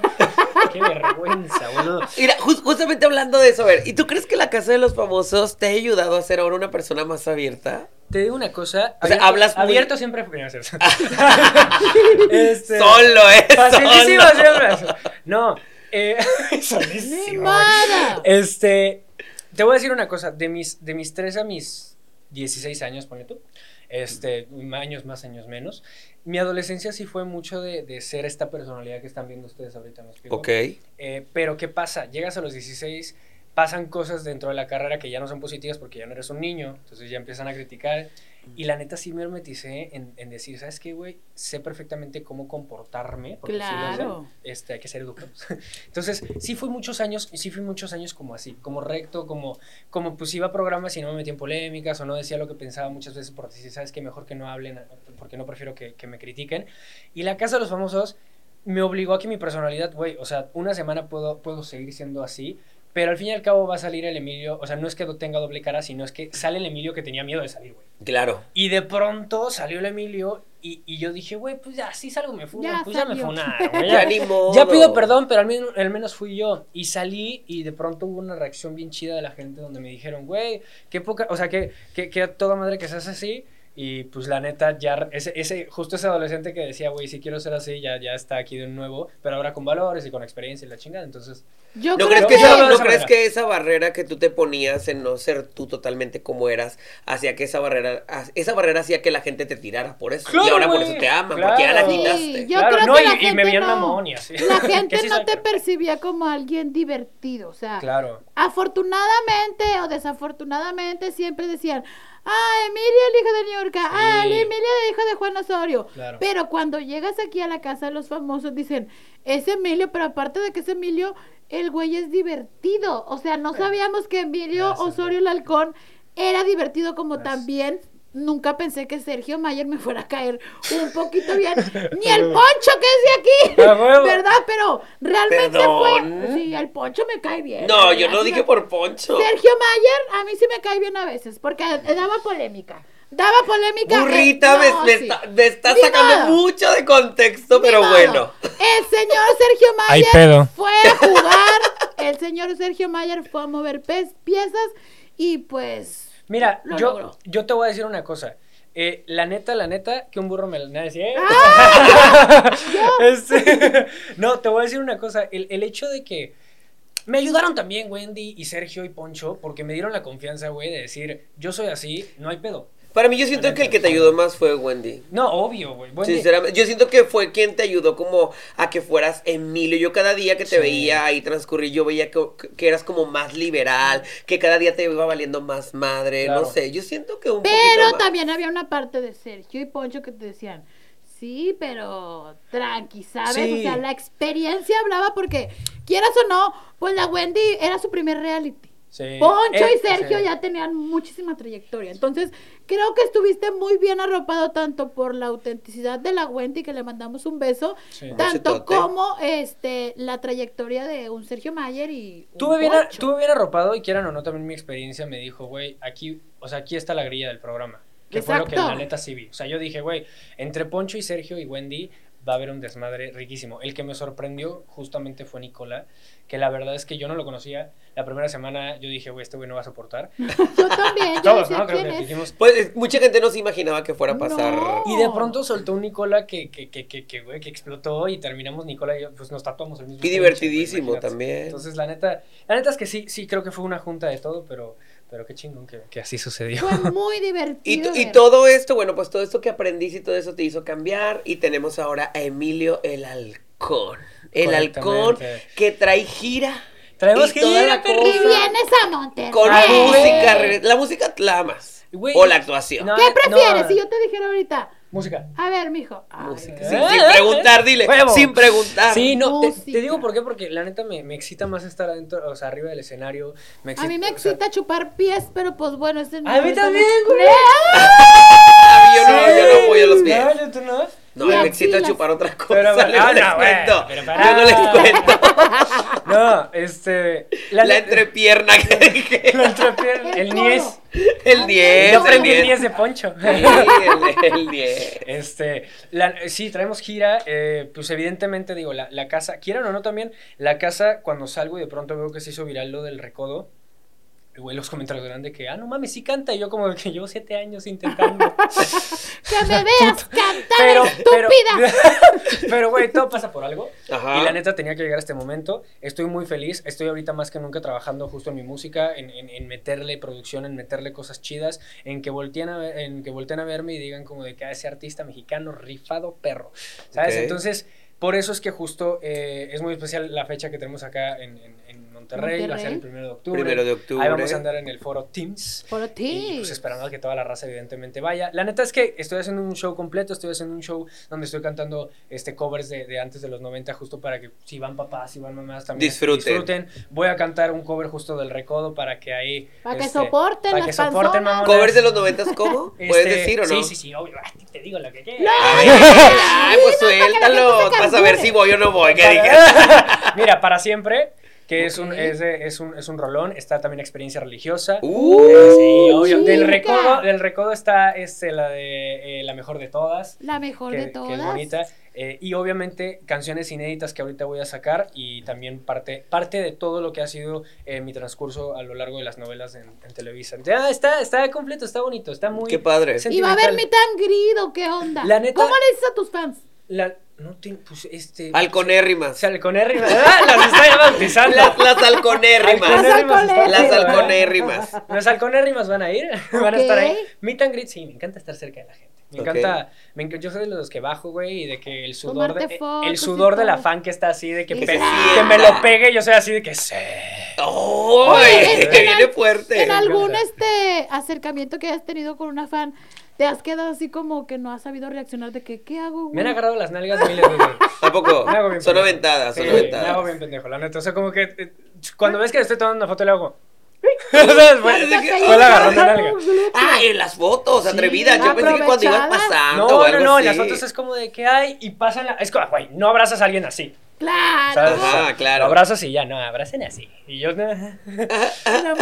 Speaker 3: Qué vergüenza, boludo.
Speaker 4: Mira, jus- justamente hablando de eso, a ver, ¿y tú crees que la casa de los famosos te ha ayudado a ser ahora una persona más abierta?
Speaker 3: Te digo una cosa.
Speaker 4: O sea,
Speaker 3: abierto-
Speaker 4: hablas muy-
Speaker 3: Abierto siempre fue. Gracias. Este,
Speaker 4: Solo es.
Speaker 3: Facilísimo
Speaker 4: solo.
Speaker 3: siempre. No, eh, solísimo.
Speaker 2: ¡Mara!
Speaker 3: Este, te voy a decir una cosa, de mis, de mis 3 a mis 16 años, ponle tú, este, años más, años menos, mi adolescencia sí fue mucho de, de ser esta personalidad que están viendo ustedes ahorita, ¿me explico?
Speaker 4: Ok.
Speaker 3: Eh, pero ¿qué pasa? Llegas a los 16, pasan cosas dentro de la carrera que ya no son positivas porque ya no eres un niño, entonces ya empiezan a criticar. Y la neta sí me hermeticé en, en decir, ¿sabes qué, güey? Sé perfectamente cómo comportarme. porque sí lo sé,
Speaker 2: Claro.
Speaker 3: este, hay que ser educados. Entonces, sí fui muchos años, sí fui muchos años como así, como recto, como, como pues iba a programas y no me metía en polémicas o no decía lo que pensaba muchas veces porque si sabes que mejor que no hablen, porque no prefiero que, que me critiquen. Y la Casa de los Famosos me obligó a que mi personalidad, güey, o sea, una semana puedo, puedo seguir siendo así, pero al fin y al cabo va a salir el Emilio, o sea, no es que no tenga doble cara, sino es que sale el Emilio que tenía miedo de salir, güey.
Speaker 4: Claro.
Speaker 3: Y de pronto salió el Emilio y, y yo dije, güey, pues ya, sí salgo, me funan,
Speaker 2: Ya
Speaker 3: pues ya me
Speaker 2: salió.
Speaker 3: funaron, güey,
Speaker 4: Ya
Speaker 3: ya-
Speaker 4: ni modo.
Speaker 3: ya pido perdón, pero al menos, al menos fui yo. Y salí y de pronto hubo una reacción bien chida de la gente donde me dijeron, güey, qué poca, o sea, que, que, que a toda madre que seas así. Y pues la neta, ya, ese, ese, justo ese adolescente que decía, güey, si quiero ser así, ya, ya está aquí de nuevo, pero ahora con valores y con experiencia y la chingada. Entonces,
Speaker 2: Yo creo
Speaker 4: ¿No crees,
Speaker 3: Yo-
Speaker 4: que
Speaker 3: yo lo
Speaker 4: esa,
Speaker 3: veo de
Speaker 4: no
Speaker 3: esa
Speaker 4: crees
Speaker 3: manera.
Speaker 4: que esa barrera que tú te ponías en no ser tú totalmente como eras, hacía que esa barrera, ha- esa barrera hacía que la gente te tirara por eso?
Speaker 3: Claro,
Speaker 4: y ahora por
Speaker 3: güey,
Speaker 4: eso te aman,
Speaker 3: claro.
Speaker 4: porque ya la
Speaker 3: Sí,
Speaker 4: quitaste.
Speaker 2: Yo creo
Speaker 3: no,
Speaker 2: que
Speaker 3: y,
Speaker 2: la
Speaker 3: y me
Speaker 2: gente
Speaker 3: veían
Speaker 2: no.
Speaker 3: mamón y así.
Speaker 2: La
Speaker 3: Que
Speaker 2: gente
Speaker 3: sí
Speaker 2: no
Speaker 3: soy,
Speaker 2: te
Speaker 3: pero-
Speaker 2: percibía como alguien divertido, o sea,
Speaker 3: Claro.
Speaker 2: afortunadamente o desafortunadamente siempre decían, ah, Emilia el hijo de New York, ah,
Speaker 3: Sí.
Speaker 2: Emilia el hijo de Juan Osorio.
Speaker 3: Claro.
Speaker 2: Pero cuando llegas aquí a la casa de los famosos dicen, es Emilio, pero aparte de que es Emilio, el güey es divertido. O sea, no sabíamos que Emilio
Speaker 3: Gracias,
Speaker 2: Osorio el halcón era divertido como
Speaker 3: Gracias.
Speaker 2: también. Nunca pensé que Sergio Mayer me fuera a caer un poquito bien. Ni el poncho que es de
Speaker 3: A
Speaker 2: aquí.
Speaker 3: huevo.
Speaker 2: ¿Verdad? Pero realmente
Speaker 4: Perdón.
Speaker 2: fue. Sí, el poncho me cae bien.
Speaker 4: No,
Speaker 2: Ay,
Speaker 4: yo no
Speaker 2: así
Speaker 4: dije
Speaker 2: me-
Speaker 4: por Poncho.
Speaker 2: Sergio Mayer, a mí sí me cae bien a veces, porque eh, daba polémica. Daba polémica. eh,
Speaker 4: Burrita, me,
Speaker 2: no,
Speaker 4: me
Speaker 2: sí.
Speaker 4: está- me estás
Speaker 2: Ni
Speaker 4: sacando
Speaker 2: modo.
Speaker 4: mucho de contexto, pero
Speaker 2: Ni modo.
Speaker 4: bueno.
Speaker 2: El señor Sergio
Speaker 3: Hay
Speaker 2: Mayer
Speaker 3: pedo.
Speaker 2: fue a jugar. El señor Sergio Mayer fue a mover pez- piezas y pues.
Speaker 3: Mira,
Speaker 2: Lo
Speaker 3: yo,
Speaker 2: logró.
Speaker 3: yo te voy a decir una cosa. Eh, la neta, la neta, que un burro me la decía. "Eh".
Speaker 2: ¡Ah!
Speaker 3: Este, no, te voy a decir una cosa. El, el hecho de que me ayudaron también Wendy y Sergio y Poncho porque me dieron la confianza, güey, de decir, yo soy así, no hay pedo.
Speaker 4: Para mí yo siento que el que te ayudó más fue Wendy.
Speaker 3: No, obvio, güey. Wendy-
Speaker 4: Sinceramente, yo siento que fue quien te ayudó como a que fueras Emilio. Yo cada día que te
Speaker 3: Sí.
Speaker 4: veía ahí transcurrir, yo veía que, que eras como más liberal, que cada día te iba valiendo más madre,
Speaker 3: Claro.
Speaker 4: no sé. Yo siento que un poquito
Speaker 2: Pero
Speaker 4: más.
Speaker 2: también había una parte de Sergio y Poncho que te decían. Sí, pero tranqui, ¿sabes?
Speaker 3: Sí.
Speaker 2: O sea, la experiencia hablaba porque, quieras o no, pues la Wendy era su primer reality.
Speaker 3: Sí.
Speaker 2: Poncho
Speaker 3: Eh,
Speaker 2: y Sergio
Speaker 3: sí.
Speaker 2: ya tenían muchísima trayectoria. Entonces, creo que estuviste muy bien arropado tanto por la autenticidad de la Wendy, que le mandamos un beso,
Speaker 3: Sí.
Speaker 2: tanto
Speaker 4: Besetote.
Speaker 2: como este la trayectoria de un Sergio Mayer y un
Speaker 3: Tuve bien, a-
Speaker 2: Poncho.
Speaker 3: tuve bien arropado y quieran o no, también mi experiencia me dijo, güey, aquí, o sea, aquí está la grilla del programa. Que fue lo que
Speaker 2: Exacto.
Speaker 3: la neta sí vi. O sea, yo dije, güey, entre Poncho y Sergio y Wendy va a haber un desmadre riquísimo. El que me sorprendió justamente fue Nicola, que la verdad es que yo no lo conocía. La primera semana yo dije, güey, este güey no va a soportar.
Speaker 2: Yo también, yo
Speaker 3: Todos,
Speaker 2: decía,
Speaker 3: ¿no? Creo
Speaker 2: ¿quién
Speaker 3: que
Speaker 2: es?
Speaker 3: dijimos.
Speaker 4: Pues eh, mucha gente no se imaginaba que fuera a pasar.
Speaker 2: No.
Speaker 3: Y de pronto soltó un Nicola que, que, que, que, que, güey, que explotó y terminamos Nicola y yo, pues nos tatuamos el mismo.
Speaker 4: Y
Speaker 3: pinche,
Speaker 4: divertidísimo
Speaker 3: güey, imagínate.
Speaker 4: también.
Speaker 3: Entonces, la neta, la neta es que sí, sí, creo que fue una junta de todo, pero, pero qué chingón que, que así sucedió.
Speaker 2: Fue muy
Speaker 4: Y,
Speaker 2: divertido.
Speaker 4: tu- y
Speaker 2: ver.
Speaker 4: todo esto, bueno, pues todo esto que aprendiste y todo eso te hizo cambiar. Y tenemos ahora a Emilio el Halcón. El Halcón
Speaker 3: Correctamente.
Speaker 4: que trae gira
Speaker 3: Traemos
Speaker 4: Y
Speaker 3: que
Speaker 4: toda
Speaker 3: ir
Speaker 4: la
Speaker 3: a
Speaker 2: Y
Speaker 4: cosa.
Speaker 3: perrito.
Speaker 2: vienes a Monterrey.
Speaker 4: Con la
Speaker 3: Ay, güey.
Speaker 4: música, re- la música la amas.
Speaker 3: Güey,
Speaker 4: o la actuación.
Speaker 3: no,
Speaker 2: ¿Qué prefieres?
Speaker 3: no.
Speaker 2: Si yo te dijera ahorita,
Speaker 3: Música.
Speaker 2: a ver, mijo. ay,
Speaker 4: Música.
Speaker 3: güey.
Speaker 4: Sin, sin preguntar, dile.
Speaker 3: Huevo.
Speaker 4: Sin preguntar.
Speaker 3: Sí, no, te, te
Speaker 2: Música.
Speaker 3: digo por qué, porque la neta me, me excita más estar adentro, o sea, arriba del escenario. Me
Speaker 2: A mí me
Speaker 3: o sea,
Speaker 2: excita chupar pies, pero pues bueno, ese es mi
Speaker 3: A mí
Speaker 2: momento
Speaker 3: también,
Speaker 2: más-
Speaker 3: güey.
Speaker 4: Ah, yo, no, yo no voy a los pies.
Speaker 3: No, yo tú no.
Speaker 4: No,
Speaker 2: Las
Speaker 4: me excita
Speaker 2: pilas.
Speaker 4: chupar otra cosa.
Speaker 3: Pero,
Speaker 4: yo
Speaker 3: ah,
Speaker 4: no les
Speaker 3: no, güey,
Speaker 4: cuento.
Speaker 3: pero
Speaker 4: yo no les
Speaker 3: pará.
Speaker 4: cuento.
Speaker 3: No, este.
Speaker 4: La,
Speaker 3: neta-
Speaker 4: entrepierna que, que-
Speaker 3: La entrepierna.
Speaker 2: El
Speaker 3: El
Speaker 2: codo.
Speaker 3: 10.
Speaker 4: El 10.
Speaker 3: Yo aprendí el
Speaker 4: el 10.
Speaker 3: 10 de Poncho.
Speaker 4: Sí, el 10.
Speaker 3: Este, la- sí, traemos gira, eh, pues evidentemente digo, la, la casa, quieran o no también, la casa cuando salgo y de pronto veo que se hizo viral lo del recodo, y, güey, los comentarios grandes que, ah, no mames, sí canta, y yo como que llevo siete años intentando.
Speaker 2: Que me veas cantar,
Speaker 3: pero, pero,
Speaker 2: estúpida.
Speaker 3: pero, güey, todo pasa por algo.
Speaker 4: Ajá.
Speaker 3: Y la neta tenía que llegar a este momento. Estoy muy feliz. Estoy ahorita más que nunca trabajando justo en mi música, en, en- en meterle producción, en meterle cosas chidas, en que, volteen a ver- en que volteen a verme y digan como de que "Ah, ese artista mexicano rifado perro. ¿Sabes?
Speaker 4: Ok.
Speaker 3: Entonces, por eso es que justo eh, es muy especial la fecha que tenemos acá en, en- en Monterrey. Va a ser el
Speaker 2: Monterrey.
Speaker 3: primero de octubre.
Speaker 4: Primero de octubre.
Speaker 3: Ahí vamos a andar en el foro Teams.
Speaker 2: Por
Speaker 3: Y
Speaker 2: ti.
Speaker 3: pues esperando a que toda la raza evidentemente vaya. La neta es que estoy haciendo un show completo, estoy haciendo un show donde estoy cantando este covers de, de antes de los 90 justo para que si van papás, si van mamás también
Speaker 4: Disfruten.
Speaker 3: Voy a cantar un cover justo del Recodo para que ahí...
Speaker 2: Para que soporten
Speaker 3: para
Speaker 2: las
Speaker 3: este, que soporten,
Speaker 2: panzonas.
Speaker 3: mamonas.
Speaker 4: ¿Covers de los noventas cómo? ¿Puedes
Speaker 3: Este,
Speaker 4: decir o no?
Speaker 3: Sí, sí, sí, obvio. ah, Te digo lo que quieras.
Speaker 4: Ay, ay, pues
Speaker 2: para que la gente
Speaker 4: suéltalo.
Speaker 2: se
Speaker 4: Vas a ver
Speaker 2: carbure.
Speaker 4: si voy o no voy. ¿Qué
Speaker 3: Para-
Speaker 4: dije?
Speaker 3: Mira, para siempre, que es, un,
Speaker 2: Ok.
Speaker 3: es, de- es un, es un rolón, está también experiencia religiosa.
Speaker 4: Uh,
Speaker 3: Sí, obvio.
Speaker 2: chica.
Speaker 3: Del recodo, del recodo está este, la de eh, La Mejor de Todas.
Speaker 2: La mejor
Speaker 3: que,
Speaker 2: de
Speaker 3: que
Speaker 2: todas.
Speaker 3: es bonita. Eh, y obviamente canciones inéditas que ahorita voy a sacar y también parte, parte de todo lo que ha sido eh, mi transcurso a lo largo de las novelas en, en Televisa. Ya, está, está completo, está bonito, está muy...
Speaker 4: qué padre.
Speaker 3: Sí.
Speaker 2: Y va a haber mi
Speaker 3: sentimental.
Speaker 2: tan grido, ¿qué onda?
Speaker 3: La neta-
Speaker 2: ¿Cómo le dices a tus fans?
Speaker 3: La- no te- pues, este...
Speaker 4: Alconérrimas.
Speaker 3: Se alconerri- ¡Ah! Las está ya bautizando.
Speaker 4: Las, las alconérrimas.
Speaker 2: Alconer-
Speaker 3: Alconérrimas están-
Speaker 4: Las alconérrimas.
Speaker 3: Los alconérrimas van a ir, van a
Speaker 2: Ok.
Speaker 3: estar ahí. Meet and greet, sí, me encanta estar cerca de la gente. Me
Speaker 4: Ok.
Speaker 3: encanta, me enc- yo soy de los que bajo, güey, y de que el sudor,
Speaker 2: Tomarte
Speaker 3: de, eh,
Speaker 2: fotos
Speaker 3: el
Speaker 2: y
Speaker 3: sudor de la
Speaker 2: todo.
Speaker 3: fan que está así, de que,
Speaker 2: Que se
Speaker 3: pe- que me
Speaker 4: sienta.
Speaker 3: lo pegue, yo soy así de que sé.
Speaker 4: ¡Ay!
Speaker 3: es
Speaker 4: Te
Speaker 3: que
Speaker 2: en
Speaker 4: viene
Speaker 2: al-
Speaker 4: fuerte.
Speaker 2: En algún
Speaker 3: encanta.
Speaker 2: este acercamiento que hayas tenido con una fan, te has quedado así como que no has sabido reaccionar de que, ¿qué hago?
Speaker 3: Me han
Speaker 2: güey?
Speaker 3: agarrado las nalgas miles de veces.
Speaker 4: Tampoco.
Speaker 3: Me hago bien
Speaker 4: Son
Speaker 3: pendejo.
Speaker 4: aventadas,
Speaker 3: Sí,
Speaker 4: son
Speaker 3: Me hago
Speaker 4: aventadas.
Speaker 3: bien pendejo, la neta. O sea, como que eh, cuando ves que le estoy tomando una foto, le hago. ¿Sabes? Fue-
Speaker 4: Parece que-
Speaker 3: fue la agarrando nalga.
Speaker 4: Ah, en las fotos,
Speaker 3: Sí,
Speaker 4: atrevidas. Yo pensé que cuando ibas
Speaker 2: aprovechadas.
Speaker 4: pasando. o
Speaker 3: No, no,
Speaker 4: algo
Speaker 3: no,
Speaker 4: así.
Speaker 3: las fotos es como de que hay y pasan la... Es como, güey, no abrazas a alguien así.
Speaker 2: Claro.
Speaker 3: ¿sabes?
Speaker 4: Ajá,
Speaker 3: O sea,
Speaker 4: claro.
Speaker 3: lo Abrazas y ya, no, abracen así. Y yo, no.
Speaker 2: Claro.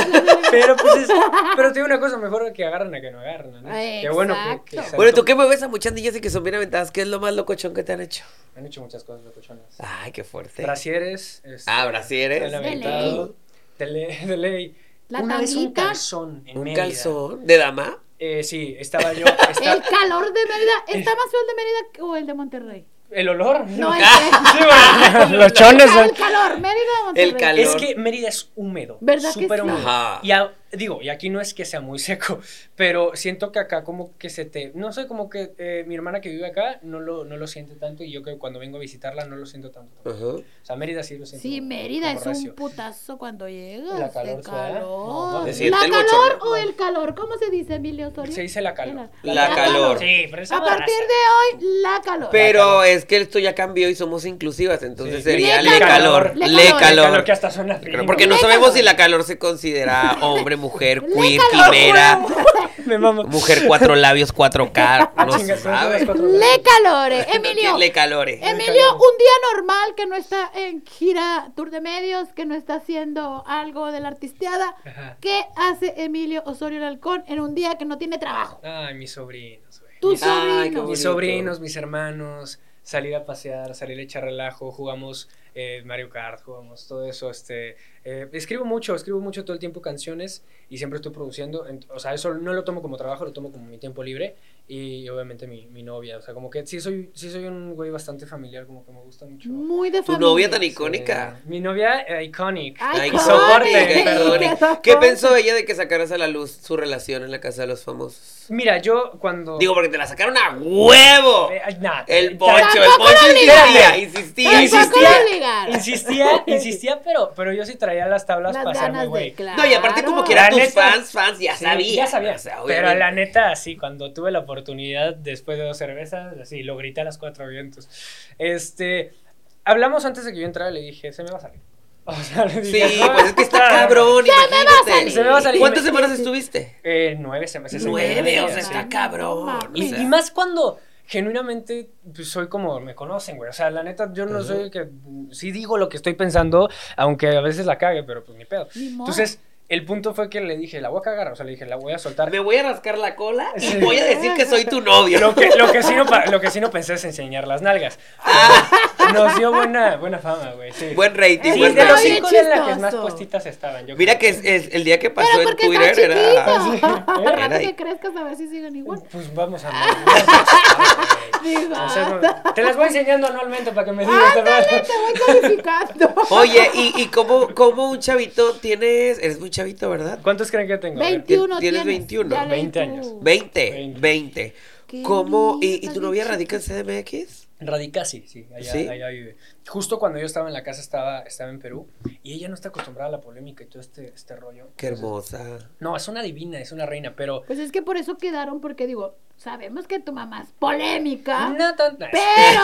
Speaker 3: Pero pues es- Pero te digo una cosa, mejor que agarran a que no agarran. ¿no? Qué bueno que- que,
Speaker 2: Exacto.
Speaker 3: se
Speaker 4: Bueno,
Speaker 3: to-
Speaker 4: ¿tú qué me ves a muchas niñas y que son bien aventadas? ¿Qué es lo más locochón que te han hecho?
Speaker 3: Han hecho muchas cosas locochonas.
Speaker 4: Ay, qué fuerte.
Speaker 3: Brasieres. este,
Speaker 4: Ah, brasieres.
Speaker 3: me han
Speaker 2: De
Speaker 3: aventado. De ley. De ley.
Speaker 2: La
Speaker 3: una vez un
Speaker 2: tanguita.
Speaker 3: calzón en
Speaker 4: ¿Un
Speaker 3: Mérida.
Speaker 4: calzón de dama?
Speaker 3: Eh, sí, estaba yo. esta-
Speaker 2: El calor de Mérida, ¿está más feo el de Mérida que- o el de Monterrey?
Speaker 3: el olor.
Speaker 2: No, el
Speaker 3: Sí, bueno, los chones.
Speaker 2: El calor, Mérida o Monterrey.
Speaker 4: El calor.
Speaker 3: Es que Mérida es húmedo.
Speaker 2: ¿Verdad que
Speaker 3: Súper
Speaker 2: sí?
Speaker 3: húmedo.
Speaker 4: Ajá.
Speaker 3: Y a- digo, y aquí no es que sea muy seco, pero siento que acá como que se te... No sé, como que eh, mi hermana que vive acá no lo, no lo siente tanto y yo que cuando vengo a visitarla no lo siento tanto.
Speaker 4: Ajá.
Speaker 3: O sea, Mérida sí lo siento.
Speaker 2: Sí,
Speaker 3: como-
Speaker 2: Mérida
Speaker 3: como
Speaker 2: es un
Speaker 3: recio.
Speaker 2: putazo cuando llegas.
Speaker 3: La calor,
Speaker 2: el
Speaker 3: ¿verdad? No,
Speaker 2: calor.
Speaker 3: mames.
Speaker 4: Se siente
Speaker 2: ¿La
Speaker 4: el
Speaker 2: calor
Speaker 4: bochorno.
Speaker 2: o el calor? ¿Cómo se dice, Emilio Osorio?
Speaker 3: Se dice la calor.
Speaker 4: La calor.
Speaker 3: Sí, pero esa
Speaker 2: A partir de hoy, la calor.
Speaker 4: Pero es que esto ya cambió y somos inclusivas, entonces
Speaker 3: Sí.
Speaker 4: sería
Speaker 2: Le
Speaker 4: le calor.
Speaker 3: calor.
Speaker 2: Le
Speaker 4: Le
Speaker 2: calor.
Speaker 3: calor.
Speaker 4: calor.
Speaker 3: que hasta suena fino.
Speaker 4: Porque no
Speaker 2: Le
Speaker 4: sabemos
Speaker 2: calor.
Speaker 4: si la calor se considera hombre, mujer,
Speaker 2: Le
Speaker 4: queer,
Speaker 2: calor,
Speaker 4: quimera,
Speaker 3: Me mama.
Speaker 4: mujer cuatro labios, cuatro K,
Speaker 3: Ah,
Speaker 4: no se
Speaker 3: chinga, son las
Speaker 4: sabe.
Speaker 3: cuatro de la
Speaker 2: Le
Speaker 3: tarde.
Speaker 2: calore, Emilio.
Speaker 4: Que Le calore.
Speaker 2: Emilio, un día normal que no está en gira tour de medios, que no está haciendo algo de la artisteada.
Speaker 3: Ajá.
Speaker 2: ¿Qué hace Emilio Osorio Halcón en un día que no tiene trabajo?
Speaker 3: Ay, mis eh, sobrinos, güey.
Speaker 2: Tu
Speaker 3: Mis-
Speaker 4: Ay, qué
Speaker 2: sobrino.
Speaker 4: bonito.
Speaker 3: Mis sobrinos, mis hermanos, salir a pasear, salir a echar relajo, jugamos eh, Mario Kart, jugamos todo eso. Este, eh, escribo mucho, escribo mucho todo el tiempo canciones y siempre estoy produciendo. ent- o sea, eso no lo tomo como trabajo, lo tomo como mi tiempo libre y obviamente mi, mi novia. O sea, como que sí soy, sí soy un güey bastante familiar, como que me gusta mucho.
Speaker 2: Muy de
Speaker 4: Tu
Speaker 2: familia.
Speaker 4: novia tan icónica.
Speaker 3: Sí. Mi novia, eh, iconic.
Speaker 2: Ay,
Speaker 4: Icónica,
Speaker 3: soporte,
Speaker 4: icónica.
Speaker 2: perdón.
Speaker 4: ¿Qué pensó ella de que sacaras a la luz su relación en la casa de los famosos?
Speaker 3: Mira, yo cuando.
Speaker 4: Digo, porque te la sacaron a huevo.
Speaker 3: Eh, ay, nah,
Speaker 4: El
Speaker 3: tra-
Speaker 4: poncho, el
Speaker 2: Tampoco
Speaker 4: poncho
Speaker 2: lo
Speaker 4: insistía,
Speaker 2: obligaste.
Speaker 4: insistía,
Speaker 2: Tampoco
Speaker 4: insistía.
Speaker 2: lo llegar.
Speaker 3: Insistía, insistía, pero, pero yo sí traía las tablas
Speaker 2: Las
Speaker 3: para
Speaker 2: ganas
Speaker 3: hacerme
Speaker 2: de,
Speaker 3: güey.
Speaker 2: claro.
Speaker 4: No, y aparte como que
Speaker 3: La
Speaker 4: eran tus
Speaker 3: neta-
Speaker 4: fans, fans, ya
Speaker 3: Sí,
Speaker 4: sabía.
Speaker 3: Ya sabía.
Speaker 4: O sea,
Speaker 3: pero
Speaker 4: obviamente.
Speaker 3: la neta, así, cuando tuve la oportunidad, después de dos cervezas, así, lo grité a las cuatro vientos. Este, hablamos antes de que yo entrara, le dije, se me va a salir. O sea, le dije,
Speaker 4: Sí,
Speaker 3: "No,
Speaker 4: pues es que está
Speaker 3: no, no".
Speaker 4: cabrón, imagínate.
Speaker 2: salir.
Speaker 3: Se me va a salir.
Speaker 4: ¿Cuántas semanas estuviste?
Speaker 3: Eh, nueve se me se me-
Speaker 4: Nueve, o sea,
Speaker 3: sí.
Speaker 4: está cabrón.
Speaker 2: No
Speaker 4: o
Speaker 3: Y,
Speaker 4: sea.
Speaker 3: y más cuando genuinamente pues, soy como me conocen, güey. O sea, la neta, yo no soy el que. Sí digo lo que estoy pensando, aunque a veces la cague, pero pues ni pedo.
Speaker 2: Ni modo.
Speaker 3: Entonces, el punto fue que le dije, la voy a cagar. O sea, le dije, la voy a soltar.
Speaker 4: Me voy a rascar la cola y
Speaker 3: Sí.
Speaker 4: voy a decir que soy tu novio.
Speaker 3: Lo que, lo, que sí no, pa- lo que sí no pensé es enseñar las nalgas.
Speaker 4: Ah.
Speaker 3: Nos dio buena, buena fama, güey. Sí.
Speaker 4: Buen rating,
Speaker 3: Sí,
Speaker 4: buen
Speaker 3: de los
Speaker 2: Ay,
Speaker 4: rating.
Speaker 3: cinco de las que
Speaker 2: chistoso.
Speaker 3: más puestitas estaban. Yo
Speaker 4: Mira
Speaker 3: creo.
Speaker 4: que es- es- el día que pasó
Speaker 2: Pero
Speaker 4: en
Speaker 2: porque está
Speaker 4: Twitter
Speaker 2: chiquito.
Speaker 4: era... ¿eh?
Speaker 2: Al rato
Speaker 4: Era-
Speaker 2: que crezcas a ver si siguen igual.
Speaker 3: Pues vamos a ver.
Speaker 2: Digo,
Speaker 3: O sea, no- te las voy enseñando anualmente para que me digas.
Speaker 2: ándale,
Speaker 3: ¿verdad?
Speaker 2: te voy calificando.
Speaker 4: Oye, ¿y, y cómo, cómo un chavito tienes? Eres muy chavito, ¿verdad?
Speaker 3: ¿Cuántos creen que tengo? A ver.
Speaker 2: 21
Speaker 4: Tienes 21.
Speaker 2: ya leí
Speaker 3: 20 años.
Speaker 2: tu-
Speaker 4: 20,
Speaker 3: Veinte.
Speaker 4: 20.
Speaker 2: Qué
Speaker 4: ¿Cómo?
Speaker 2: niño,
Speaker 4: ¿Y, y
Speaker 2: estás
Speaker 4: tu
Speaker 2: bien
Speaker 4: novia
Speaker 2: chiquito.
Speaker 4: radica en CDMX?
Speaker 3: Radicasi, sí, allá,
Speaker 4: ¿Sí?
Speaker 3: allá vive. Justo cuando yo estaba en la casa estaba, estaba en Perú y ella no está acostumbrada a la polémica y todo este, este rollo.
Speaker 4: Qué hermosa.
Speaker 3: No, es una divina, es una reina, pero...
Speaker 2: Pues es que por eso quedaron, porque digo, sabemos que tu mamá es polémica,
Speaker 3: No tan- no, es-
Speaker 2: pero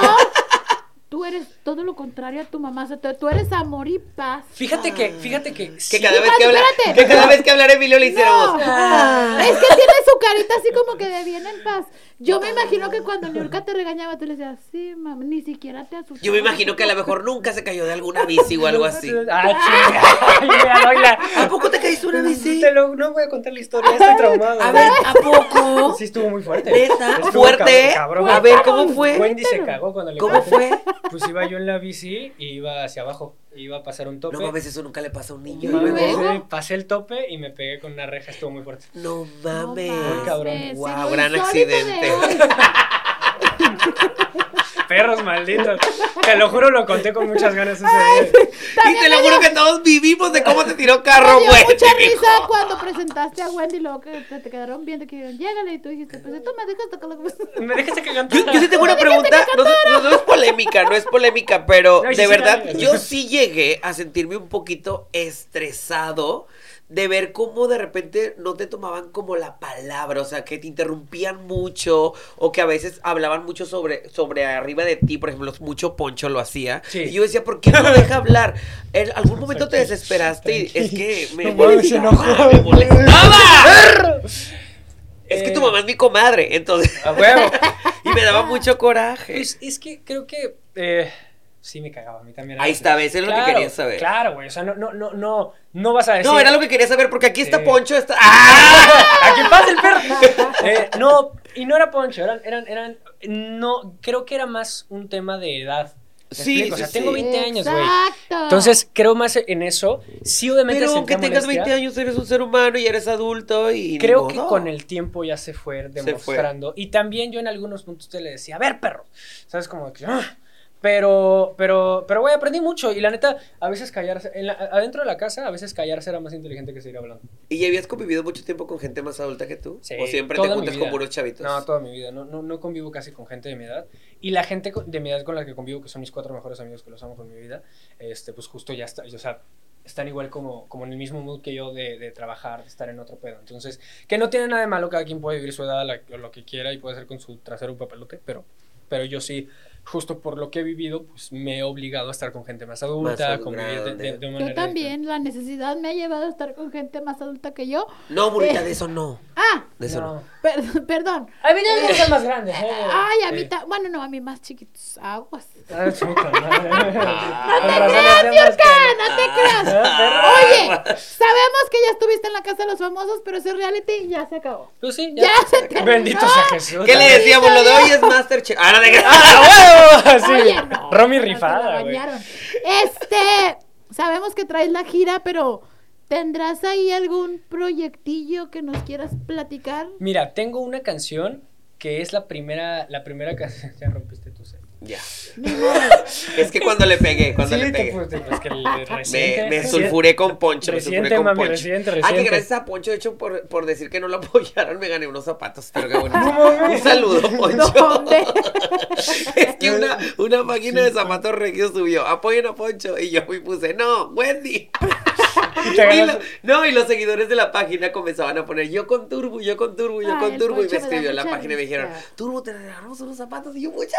Speaker 2: tú eres todo lo contrario a tu mamá. O sea, tú- tú eres amor y paz.
Speaker 3: Fíjate que, fíjate que...
Speaker 4: Que
Speaker 3: sí,
Speaker 4: cada vez
Speaker 2: Iván,
Speaker 4: que hablar,
Speaker 2: espérate.
Speaker 4: que cada vez que hablar Emilio le
Speaker 2: No,
Speaker 4: hiciéramos.
Speaker 3: Ah.
Speaker 2: es que tiene su carita así como que de bien en paz. Yo me imagino que cuando Niurka te regañaba, tú le decías, sí, mamá, ni siquiera te asustaba.
Speaker 4: Yo me imagino que a lo mejor nunca se cayó de alguna bici o algo así.
Speaker 3: Ah, chinga. Ay, mira, oíla.
Speaker 4: ¿A poco te caíste una bici?
Speaker 3: Te lo- no voy a contar la historia, estoy traumado.
Speaker 4: A ver, ¿a poco?
Speaker 3: Sí, estuvo muy fuerte.
Speaker 4: Neta,
Speaker 3: Estuvo
Speaker 4: fuerte.
Speaker 3: cabrón, cabrón.
Speaker 4: A ver, ¿cómo fue?
Speaker 3: Wendy se cagó cuando le
Speaker 4: ¿Cómo
Speaker 3: conté.
Speaker 4: fue?
Speaker 3: Pues iba yo en la bici y iba hacia abajo. Iba a pasar un tope.
Speaker 4: No mames, eso nunca le pasa a un niño.
Speaker 2: ¿Y luego?
Speaker 4: luego.
Speaker 3: Pasé, pasé el tope y me pegué con una reja, estuvo muy fuerte.
Speaker 4: No
Speaker 2: No
Speaker 4: mames.
Speaker 2: mames,
Speaker 3: cabrón.
Speaker 2: se
Speaker 4: Guau,
Speaker 2: lo
Speaker 4: gran
Speaker 2: insólito de
Speaker 4: accidente.
Speaker 2: hoy.
Speaker 3: Perros malditos. Te lo juro, lo conté con muchas ganas ese día.
Speaker 4: Y te lo juro que todos vivimos de cómo te tiró carro,
Speaker 2: Me dio
Speaker 4: güey.
Speaker 2: mucha
Speaker 4: mijo.
Speaker 2: risa cuando presentaste a Wendy, luego que te, te quedaron viendo, que dijeron, llégale, y tú dijiste, pues tú me dejas tocar la
Speaker 3: Me dejaste que
Speaker 4: Yo,
Speaker 3: cantara.
Speaker 4: yo sí tengo una pregunta, no, sé- no- no es polémica, no es polémica, pero
Speaker 3: No, y sí
Speaker 4: de
Speaker 3: se
Speaker 4: verdad
Speaker 3: vale.
Speaker 4: yo sí llegué a sentirme un poquito estresado de ver cómo de repente no te tomaban como la palabra, o sea, que te interrumpían mucho o que a veces hablaban mucho sobre, sobre arriba de ti, por ejemplo, mucho Poncho lo hacía.
Speaker 3: Sí.
Speaker 4: Y yo decía, ¿por qué no deja hablar? En algún momento te
Speaker 3: Tranqui,
Speaker 4: desesperaste y es que me
Speaker 3: No mames, se enojó.
Speaker 4: molestaba, me molestaba. Es que tu
Speaker 3: Eh.
Speaker 4: mamá es mi comadre, entonces...
Speaker 3: A huevo.
Speaker 4: Y me daba mucho coraje.
Speaker 3: Pues es que creo que. eh, sí, me cagaba a mí también. a
Speaker 4: Ahí
Speaker 3: veces.
Speaker 4: está, ¿ves? Es lo que
Speaker 3: Claro,
Speaker 4: quería saber.
Speaker 3: Claro, güey. O sea, no, no, no, no, no vas a decir.
Speaker 4: No, era lo que quería saber porque aquí está
Speaker 3: Sí.
Speaker 4: Poncho, está... ¡Ah!
Speaker 3: ¡A que pase el perro! Eh, no, y no era Poncho, eran, eran, eran. No, creo que era más un tema de edad. ¿Me
Speaker 4: Sí,
Speaker 3: explico? O
Speaker 4: sí,
Speaker 3: sea,
Speaker 4: sí.
Speaker 3: tengo 20 años, güey.
Speaker 2: Exacto.
Speaker 3: Entonces, creo más en eso. Sí, obviamente
Speaker 4: Pero
Speaker 3: sentía
Speaker 4: aunque tengas
Speaker 3: molestia.
Speaker 4: 20 años, eres un ser humano y eres adulto y... ni
Speaker 3: Creo que
Speaker 4: modo.
Speaker 3: con el tiempo ya se fue demostrando. Y también yo en algunos puntos te le decía, a ver, perro. ¿Sabes? Como que. "Ah". Pero, pero, pero, güey, aprendí mucho. Y la neta, a veces callarse. en la- adentro de la casa, a veces callarse era más inteligente que seguir hablando.
Speaker 4: ¿Y habías convivido mucho tiempo con gente más adulta que tú?
Speaker 3: Sí,
Speaker 4: ¿O siempre te
Speaker 3: toda mi
Speaker 4: juntas con
Speaker 3: vida.
Speaker 4: puros chavitos?
Speaker 3: No, toda mi vida. No, no, no convivo casi con gente de mi edad. Y la gente co- de mi edad con la que convivo, que son mis cuatro mejores amigos que los amo con mi vida, este, pues justo ya está. O sea, están igual como, como en el mismo mood que yo de, de trabajar, de estar en otro pedo. Entonces, que no tiene nada de malo, cada quien puede vivir su edad la- lo que quiera y puede hacer con su trasero un papelote, pero, pero yo sí, justo por lo que he vivido, pues me he obligado a estar con gente más adulta, a convivir de, de- de una manera.
Speaker 2: Yo también, la necesidad me ha llevado a estar con gente más adulta que yo.
Speaker 4: No, burrita, de eso no.
Speaker 2: Ah,
Speaker 4: De eso no.
Speaker 3: Eh. No.
Speaker 2: per- perdón.
Speaker 3: A mí ya me gustan más grandes. eh.
Speaker 2: Ay, a mí
Speaker 3: Sí.
Speaker 2: ta- bueno, no, a mí más chiquitos. Aguas.
Speaker 3: Ah, puta madre. Con
Speaker 4: te
Speaker 3: razón
Speaker 2: creas,
Speaker 3: hacían más
Speaker 2: Yurka,
Speaker 3: caras.
Speaker 2: no te creas.
Speaker 3: Ah,
Speaker 2: Oye, sabemos que ya estuviste en la casa de los famosos, pero ese reality ya se acabó.
Speaker 3: Pues sí,
Speaker 2: Ya, se terminó.
Speaker 3: Bendito sea Jesús.
Speaker 4: ¿Qué le
Speaker 3: También.
Speaker 4: decíamos? Lo de hoy es Masterchef. Ahora de
Speaker 3: ¡Ah, huevo! Sí.
Speaker 2: Oye, no,
Speaker 3: Romy
Speaker 2: no, te la
Speaker 3: rifada, güey.
Speaker 2: bañaron. Este, sabemos que traes la gira, pero ¿tendrás ahí algún proyectillo que nos quieras platicar?
Speaker 3: Mira, tengo una canción que es la primera, la primera canción. Ya rompiste tu set.
Speaker 4: Ya. es que cuando le pegué, cuando
Speaker 3: sí,
Speaker 4: le
Speaker 3: te,
Speaker 4: pegué.
Speaker 3: pues, te- pues, que le-
Speaker 4: Me,
Speaker 3: resiente,
Speaker 4: me
Speaker 3: resiente.
Speaker 4: sulfuré con Poncho, me sulfuré
Speaker 3: Resiente,
Speaker 4: con
Speaker 3: mami,
Speaker 4: Poncho.
Speaker 3: resiente,
Speaker 4: Ah, que
Speaker 3: resiente.
Speaker 4: gracias a Poncho, de hecho, por, por decir que no lo apoyaron, me gané unos zapatos, pero qué bonito.
Speaker 3: No mames.
Speaker 4: Un saludo, Poncho.
Speaker 2: ¿Dónde?
Speaker 4: Es que una, una máquina de zapatos regios subió, apoyen a Poncho, y yo me puse, no, Wendy.
Speaker 3: Y te
Speaker 4: Y
Speaker 3: ganas-
Speaker 4: lo- no, y los seguidores de la página comenzaban a poner yo con Turbo, yo con Turbo, yo
Speaker 2: Ay,
Speaker 4: con
Speaker 2: el
Speaker 4: Turbo. Y
Speaker 2: Poncho
Speaker 4: me
Speaker 2: me da
Speaker 4: escribió en la
Speaker 2: mucha
Speaker 4: página y me dijeron,
Speaker 2: risa.
Speaker 4: Turbo, te regalamos unos zapatos. Y yo, muchas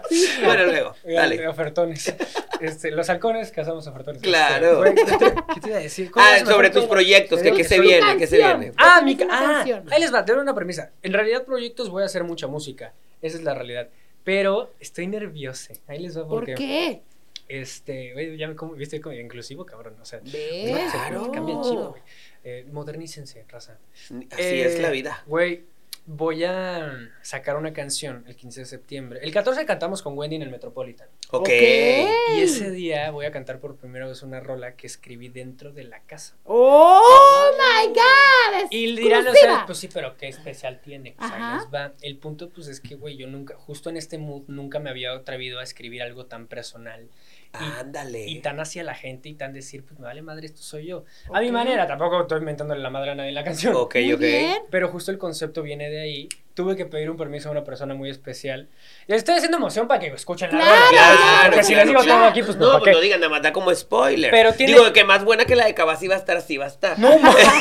Speaker 4: gracias. bueno, luego,
Speaker 3: Eh,
Speaker 4: dale.
Speaker 3: Ofertones. Este, los halcones cazamos ofertones.
Speaker 4: Claro.
Speaker 3: Este, güey, ¿Qué te iba a decir? ¿Cómo
Speaker 4: Ah,
Speaker 3: es un
Speaker 4: sobre
Speaker 3: ofertón?
Speaker 4: tus proyectos, que,
Speaker 3: Te
Speaker 4: que
Speaker 3: digo
Speaker 4: se
Speaker 3: soy un
Speaker 4: viene, que se
Speaker 2: canción.
Speaker 4: viene.
Speaker 3: Ah, mi
Speaker 2: Tienes
Speaker 3: ca-
Speaker 2: una
Speaker 3: ah,
Speaker 2: canción.
Speaker 3: ahí les va, te doy una premisa. En realidad, proyectos voy a hacer mucha música. Esa es la realidad. Pero estoy nervioso. Ahí les va
Speaker 2: ¿Por
Speaker 3: porque.
Speaker 2: qué?
Speaker 3: Este, güey, ya me como, viste como inclusivo, cabrón. O sea,
Speaker 2: ¿Ves?
Speaker 3: no, se-
Speaker 4: Claro.
Speaker 3: cambia el chip, güey. Eh, modernícense, raza.
Speaker 4: Así
Speaker 3: Eh,
Speaker 4: es la vida.
Speaker 3: Güey, voy a sacar una canción el 15 de septiembre. El 14 cantamos con Wendy en el Metropolitan.
Speaker 4: Ok.
Speaker 3: Y ese día voy a cantar por primera vez una rola que escribí dentro de la casa.
Speaker 2: ¡Oh, my God!
Speaker 3: Y dirán, o
Speaker 2: Exclusiva.
Speaker 3: sea, pues sí, pero qué especial tiene. Pues ahí
Speaker 2: Ajá.
Speaker 3: les va. El punto, pues es que, güey, yo nunca, justo en este mood, nunca me había atrevido a escribir algo tan personal
Speaker 4: Ándale.
Speaker 3: y tan hacia la gente y tan decir, pues me vale madre, esto soy yo. A mi
Speaker 2: Ok.
Speaker 3: manera, tampoco estoy inventándole la madre a nadie en la canción.
Speaker 4: Ok,
Speaker 2: Muy
Speaker 4: ok.
Speaker 2: bien.
Speaker 3: Pero justo el concepto viene de ahí. Tuve que pedir un permiso a una persona muy especial. Y estoy haciendo emoción para que escuchen la
Speaker 2: Claro,
Speaker 3: rola.
Speaker 4: Claro,
Speaker 3: Porque si
Speaker 4: claro,
Speaker 3: les digo
Speaker 4: claro.
Speaker 3: todo aquí, pues no,
Speaker 4: no,
Speaker 3: ¿para
Speaker 4: pues no
Speaker 3: qué?
Speaker 4: digan nada más, da como spoiler.
Speaker 3: Pero tiene-
Speaker 4: Digo que más buena que la de Cabas iba a estar, sí va a estar.
Speaker 3: No,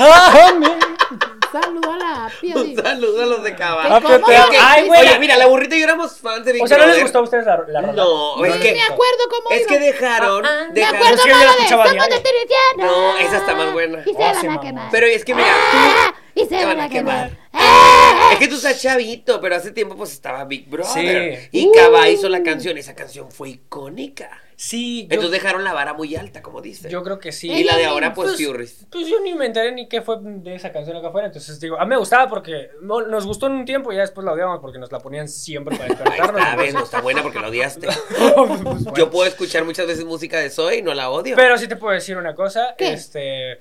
Speaker 3: mames.
Speaker 2: Saludo a la Api, así.
Speaker 4: Un saludo a los de Cabas.
Speaker 2: Ah, pero te-
Speaker 4: Es que-
Speaker 3: ay, güey.
Speaker 4: Oye, mira, la burrita y yo éramos fans de Big
Speaker 3: O sea, ¿no les
Speaker 4: Brother.
Speaker 3: gustó a ustedes la, la rola?
Speaker 4: No, es
Speaker 2: Sí,
Speaker 4: que-
Speaker 2: me acuerdo cómo
Speaker 4: Es
Speaker 2: iba.
Speaker 4: que dejaron.
Speaker 3: Ah, ah.
Speaker 2: Me
Speaker 4: dejaron-
Speaker 2: acuerdo
Speaker 3: Es que yo
Speaker 2: más
Speaker 3: la
Speaker 2: la de
Speaker 3: escuchaba
Speaker 2: somos
Speaker 3: diario.
Speaker 2: de Tiritiana.
Speaker 4: No, esa está más buena.
Speaker 2: Y se
Speaker 3: Oh, sí,
Speaker 2: van a
Speaker 3: mamá.
Speaker 2: quemar.
Speaker 4: Pero es que mira,
Speaker 2: Ah, y se
Speaker 4: te
Speaker 2: van a quemar.
Speaker 4: Es que tú estás chavito, pero hace tiempo pues estaba Big Brother.
Speaker 3: Sí.
Speaker 4: Y Cava hizo la canción. Esa canción fue icónica.
Speaker 3: Sí, yo,
Speaker 4: Entonces dejaron la vara muy alta, como dice.
Speaker 3: yo creo que sí.
Speaker 4: Y la de ahora, pues,
Speaker 3: Pues-
Speaker 4: Furries.
Speaker 3: Pues yo ni me enteré ni qué fue de esa canción acá afuera. Entonces digo, a mí me gustaba porque no- nos gustó en un tiempo y ya después la odiamos porque nos la ponían siempre para
Speaker 4: Ahí
Speaker 3: despertarnos.
Speaker 4: está, ves, no
Speaker 3: entonces-
Speaker 4: está buena porque la odiaste.
Speaker 3: Pues, bueno.
Speaker 4: Yo puedo escuchar muchas veces música de Zoe y no la odio.
Speaker 3: Pero sí te puedo decir una cosa.
Speaker 2: ¿Qué?
Speaker 3: Este.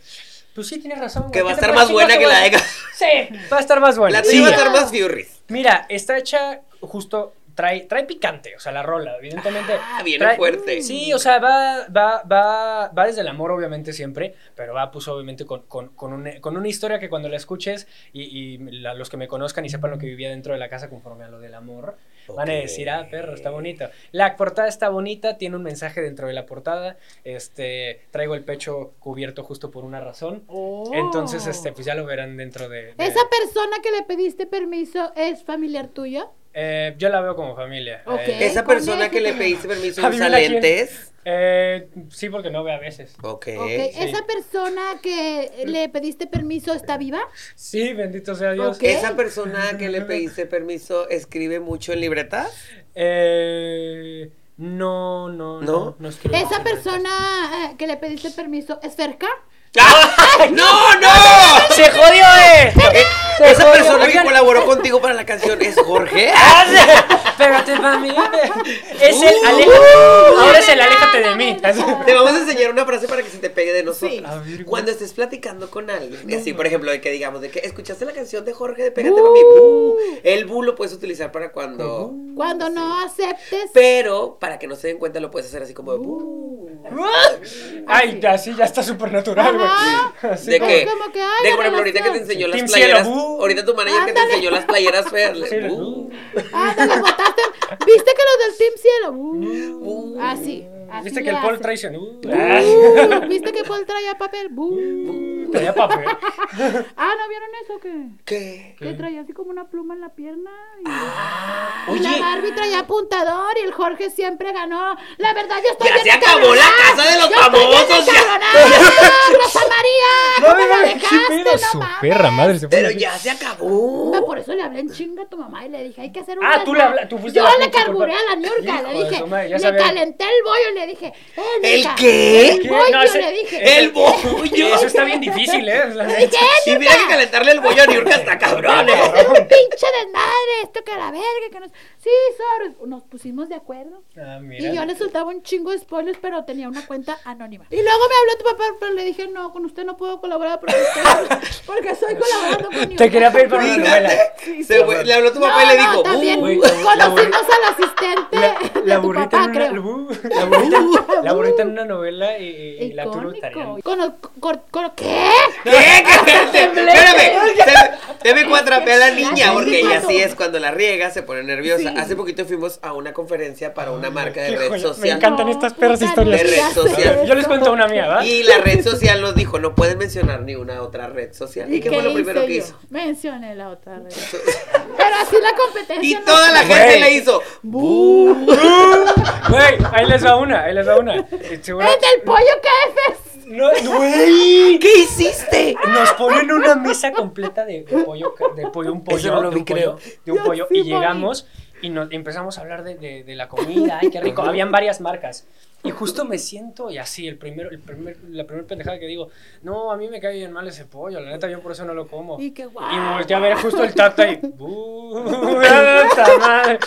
Speaker 3: Pues sí, tienes razón. güey.
Speaker 4: que va a
Speaker 3: ¿Qué te
Speaker 4: estar
Speaker 3: puedo
Speaker 4: más buena
Speaker 3: decir? No,
Speaker 4: que la de
Speaker 3: güey. Sí, va a estar más buena.
Speaker 4: La tuya
Speaker 3: Sí.
Speaker 4: va a estar más Furries.
Speaker 3: Mira, está hecha justo. Trae, trae picante, o sea, la rola, evidentemente.
Speaker 4: Ah, viene
Speaker 3: trae-
Speaker 4: fuerte.
Speaker 3: Sí, o sea, va, va, va, va desde el amor, obviamente, siempre, pero va, pues, obviamente, con, con, con, una, con una historia que cuando la escuches y, y la- los que me conozcan y sepan lo que vivía dentro de la casa conforme a lo del amor, van a
Speaker 4: Ok.
Speaker 3: decir, ah, perro, está bonito. La portada está bonita, tiene un mensaje dentro de la portada, este, traigo el pecho cubierto justo por una razón.
Speaker 2: Oh.
Speaker 3: Entonces, este, pues ya lo verán dentro de... de-
Speaker 2: ¿Esa persona que le pediste permiso es familiar tuya?
Speaker 3: Eh, yo la veo como familia.
Speaker 2: Ok.
Speaker 3: Eh,
Speaker 4: Esa
Speaker 2: con
Speaker 4: persona
Speaker 2: ese
Speaker 4: que le
Speaker 2: tema.
Speaker 4: pediste permiso usa
Speaker 3: Adivina quién.
Speaker 4: lentes.
Speaker 3: eh, sí, porque no ve a veces.
Speaker 4: Ok.
Speaker 2: Ok, ¿Esa persona que le pediste permiso está viva?
Speaker 3: Sí, bendito sea Dios.
Speaker 2: Ok.
Speaker 4: Esa persona que le pediste permiso escribe mucho en libretas.
Speaker 3: Eh, no, no, no.
Speaker 4: ¿No?
Speaker 3: no escribo
Speaker 2: ¿Esa
Speaker 3: libretas.
Speaker 2: persona eh, que le pediste permiso es cerca?
Speaker 4: ¡No, no!
Speaker 3: ¡Se jodió, eh! Se
Speaker 4: Esa
Speaker 3: jodió.
Speaker 4: persona que
Speaker 3: Oigan,
Speaker 4: colaboró contigo para la canción es Jorge.
Speaker 3: Espérate, mami. Es el
Speaker 4: Uh,
Speaker 3: Aleja.
Speaker 4: uh,
Speaker 3: Ahora es el Aléjate de mí.
Speaker 4: Te vamos a enseñar una frase para que se te pegue de nosotros.
Speaker 2: Sí.
Speaker 3: A ver, güey.
Speaker 4: Cuando estés platicando con alguien, y así, por ejemplo, de que digamos, de que escuchaste la canción de Jorge de Pégate Mami.
Speaker 2: Uh.
Speaker 4: Bu. El bu lo puedes utilizar para cuando.
Speaker 2: Cuando no aceptes.
Speaker 4: Pero para que no se den cuenta, lo puedes hacer así como de. bu.
Speaker 3: Ay, así ya está súper natural, güey.
Speaker 2: Ajá.
Speaker 3: Así
Speaker 4: de
Speaker 2: como-
Speaker 4: que,
Speaker 2: como que, ay,
Speaker 4: de
Speaker 2: Ah, la
Speaker 4: por ejemplo, ahorita que te
Speaker 2: relación.
Speaker 4: enseñó las
Speaker 3: Team
Speaker 4: playeras,
Speaker 3: Cielo, bu.
Speaker 4: ahorita tu manager que te
Speaker 2: Ándale.
Speaker 4: enseñó las playeras feas,
Speaker 3: Sí,
Speaker 4: le- bu.
Speaker 2: Ah, te lo botaste. ¿Viste que los del Team Cielo? Uh, así. así
Speaker 3: Viste
Speaker 2: le
Speaker 3: que el Paul
Speaker 2: hace.
Speaker 3: traicionó. Uh,
Speaker 2: Uh, ¿Viste que Paul traía papel? Uh.
Speaker 3: Traía papel.
Speaker 2: Ah, ¿no vieron eso? Que,
Speaker 4: ¿Qué?
Speaker 2: que traía así como una pluma en la pierna. Y, y la
Speaker 3: Ah, Oye,
Speaker 2: Barbie traía apuntador y el Jorge siempre ganó. La verdad, yo estoy
Speaker 4: Ya
Speaker 2: bien
Speaker 4: se acabó la
Speaker 2: encabronada.
Speaker 4: casa de los
Speaker 2: Yo estoy bien
Speaker 4: famosos, ya.
Speaker 2: encabronada, Rosa María!
Speaker 3: no
Speaker 2: ¿cómo
Speaker 3: me
Speaker 2: la
Speaker 3: mames, qué
Speaker 2: dejaste?
Speaker 3: pedo,
Speaker 2: No
Speaker 3: su
Speaker 2: mames.
Speaker 3: perra madre. Se fue
Speaker 4: Pero
Speaker 3: la-
Speaker 4: ya se
Speaker 2: No,
Speaker 4: acabó.
Speaker 2: por eso le hablé en chinga a tu mamá y le dije, hay que hacer un
Speaker 3: Ah, tú
Speaker 2: desmadre".
Speaker 3: le habla- tú fuiste
Speaker 2: Yo
Speaker 3: la
Speaker 2: le
Speaker 3: pinche
Speaker 2: carburé
Speaker 3: culpa-
Speaker 2: a la Niurka,
Speaker 3: Hijo
Speaker 2: le
Speaker 3: de
Speaker 2: dije,
Speaker 3: su madre, ya
Speaker 2: le
Speaker 3: sabía.
Speaker 2: calenté el bollo y le dije, "Eh,
Speaker 4: ¿El
Speaker 2: Niurka,
Speaker 4: qué?
Speaker 2: El
Speaker 3: ¿Qué?
Speaker 2: bollo,
Speaker 3: No, ese-
Speaker 2: le dije.
Speaker 4: El bollo.
Speaker 3: Eso está bien difícil, ¿eh? La
Speaker 2: Le dije,
Speaker 3: neta.
Speaker 2: "Eh,
Speaker 4: Y mira que calentarle el bollo a Niurka está cabrón,
Speaker 2: Niurka,
Speaker 4: ¿eh?
Speaker 2: hacer un pinche desmadre, esto que la verga, que no... Sí, sorry. Nos pusimos de acuerdo.
Speaker 3: Ah, mira.
Speaker 2: Y yo le soltaba un chingo de spoilers, pero tenía una cuenta anónima. Y luego me habló tu papá, pero le dije, no, con usted no puedo colaborar porque, estoy- porque estoy colaborando con
Speaker 3: Te quería pedir para una
Speaker 4: Fíjate,
Speaker 3: novela.
Speaker 4: se fue- le habló a tu papá y le dijo,
Speaker 2: también
Speaker 4: "Uh,
Speaker 3: Uy, la-
Speaker 2: conocimos
Speaker 3: la burri-
Speaker 2: al asistente
Speaker 3: La,
Speaker 2: de
Speaker 3: la
Speaker 2: tu
Speaker 3: burrita
Speaker 2: papá,
Speaker 3: en una,
Speaker 2: creo.
Speaker 3: la bu- la burrita, la burrita en una novela y, y la
Speaker 2: Icónico.
Speaker 3: turuta.
Speaker 2: Cono- cor- cor- ¿Qué?
Speaker 4: ¿Qué? ¿Qué? Te- Espérame. te- Te me cuatrapé a la niña, porque ella así es cuando la riega, se pone nerviosa.
Speaker 2: Sí.
Speaker 4: Hace poquito fuimos a una conferencia para una marca de
Speaker 3: qué
Speaker 4: red
Speaker 3: joya,
Speaker 4: social.
Speaker 3: me encantan
Speaker 2: No,
Speaker 3: estas perras
Speaker 2: nunca
Speaker 3: historias.
Speaker 4: De red
Speaker 2: hagas
Speaker 4: social.
Speaker 2: eso.
Speaker 3: Yo les cuento una mía, ¿va?
Speaker 4: Y la red social nos dijo, no pueden mencionar ni una otra red social.
Speaker 2: ¿Y
Speaker 4: ¿Y qué fue lo primero
Speaker 2: hice
Speaker 4: que
Speaker 2: yo?
Speaker 4: hizo?
Speaker 2: Mencioné la otra red. Pero así la competencia.
Speaker 4: Y
Speaker 2: no-
Speaker 4: toda la gente
Speaker 3: Güey.
Speaker 4: le hizo.
Speaker 3: Güey, ahí les va una, ahí les va una. Eh, Seguro.
Speaker 2: ¡Es del pollo que es!
Speaker 3: No, güey.
Speaker 4: ¿Qué hiciste?
Speaker 3: Nos ponen una mesa completa de, de pollo, ca- de pollo, un pollo,
Speaker 4: Eso no lo
Speaker 3: de
Speaker 4: vi,
Speaker 3: un pollo,
Speaker 4: creo.
Speaker 3: de un
Speaker 2: Yo
Speaker 3: pollo,
Speaker 2: sí,
Speaker 3: y llegamos y nos empezamos a hablar de, de- de la comida, ay, qué rico, habían varias marcas. Y justo me siento y así, el primero, el primer, la primera pendejada que digo, no, a mí me cae bien mal ese pollo, la neta, yo por eso no lo como.
Speaker 2: Y qué guau.
Speaker 3: Y me volteé a ver justo el tata y. "Bú, puta madre".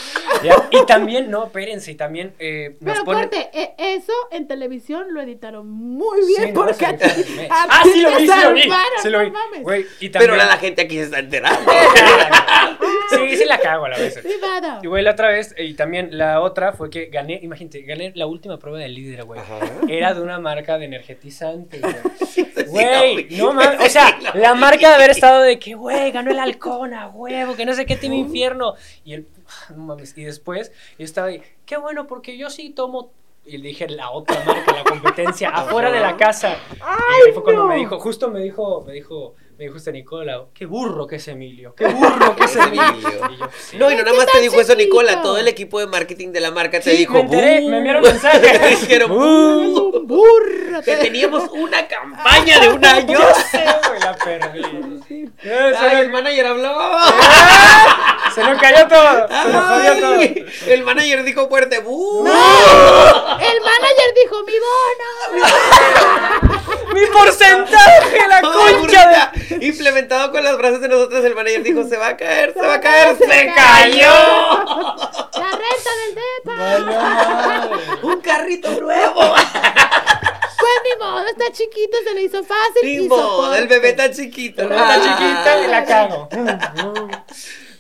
Speaker 3: Ya, Y también, no, espérense, y también eh, nos
Speaker 2: Pero
Speaker 3: ponen.
Speaker 2: corte, e- eso en televisión lo editaron muy bien
Speaker 3: Sí, no,
Speaker 2: porque
Speaker 3: se
Speaker 2: a ti,
Speaker 3: me fue.
Speaker 2: a
Speaker 3: Ah,
Speaker 2: ti
Speaker 3: sí lo
Speaker 2: te
Speaker 3: vi, sí lo vi.
Speaker 2: salvaron,
Speaker 3: Sí lo
Speaker 2: no
Speaker 3: vi.
Speaker 2: mames.
Speaker 3: Güey, y
Speaker 4: Pero
Speaker 3: también.
Speaker 4: ahora la gente aquí se está enterando.
Speaker 3: Sí, sí la cago a la vez.
Speaker 2: Sí, vara.
Speaker 3: Y güey, la otra vez, eh, y también la otra fue que gané, imagínate, gané la última prueba de líder, güey. Era de una marca de energetizante, güey. Güey, no mames, o sea, la marca de haber estado de que, güey, ganó el halcón a huevo, que no sé qué tiene infierno. Y el, no mames, y después yo estaba ahí, qué bueno, porque yo sí tomo, y le dije la otra marca, la competencia, afuera de la casa. y ahí fue cuando me dijo, justo me dijo, me dijo, me dijo este Nicola, qué burro que es Emilio, qué burro que es Emilio. Y yo, sí.
Speaker 4: No, y no nada más te dijo eso, Nicola. Todo el equipo de marketing de la marca te dijo.
Speaker 3: me enteré,
Speaker 4: "Bú".
Speaker 3: me enviaron mensajes. Uh.
Speaker 4: Te dijeron, "Uh".
Speaker 3: "Bú".
Speaker 2: Un burro.
Speaker 4: que teníamos una campaña de un año.
Speaker 3: Yo sé, güey, la perdí. Eh,
Speaker 4: Ay,
Speaker 3: se,
Speaker 4: el
Speaker 3: me,
Speaker 4: manager habló.
Speaker 3: se nos cayó todo. Se nos jodió todo.
Speaker 4: Ay, el manager dijo fuerte. "Bú".
Speaker 2: El manager dijo, mi bono.
Speaker 3: ¡Mi porcentaje, la
Speaker 4: Ay, burrita.
Speaker 3: concha de...
Speaker 4: Implementado con las frases de nosotros, el manager dijo: Se va a caer, se va a
Speaker 2: va
Speaker 4: caer,
Speaker 2: a caer,
Speaker 4: se
Speaker 2: se
Speaker 4: cayó.
Speaker 2: La renta del depa.
Speaker 3: Valió madre.
Speaker 4: Un carrito nuevo.
Speaker 2: Pues mi modo, está chiquito, se le hizo fácil. y
Speaker 4: Primo,
Speaker 2: soporte.
Speaker 4: el bebé está chiquito. ¿no?
Speaker 3: Está chiquita y la cago.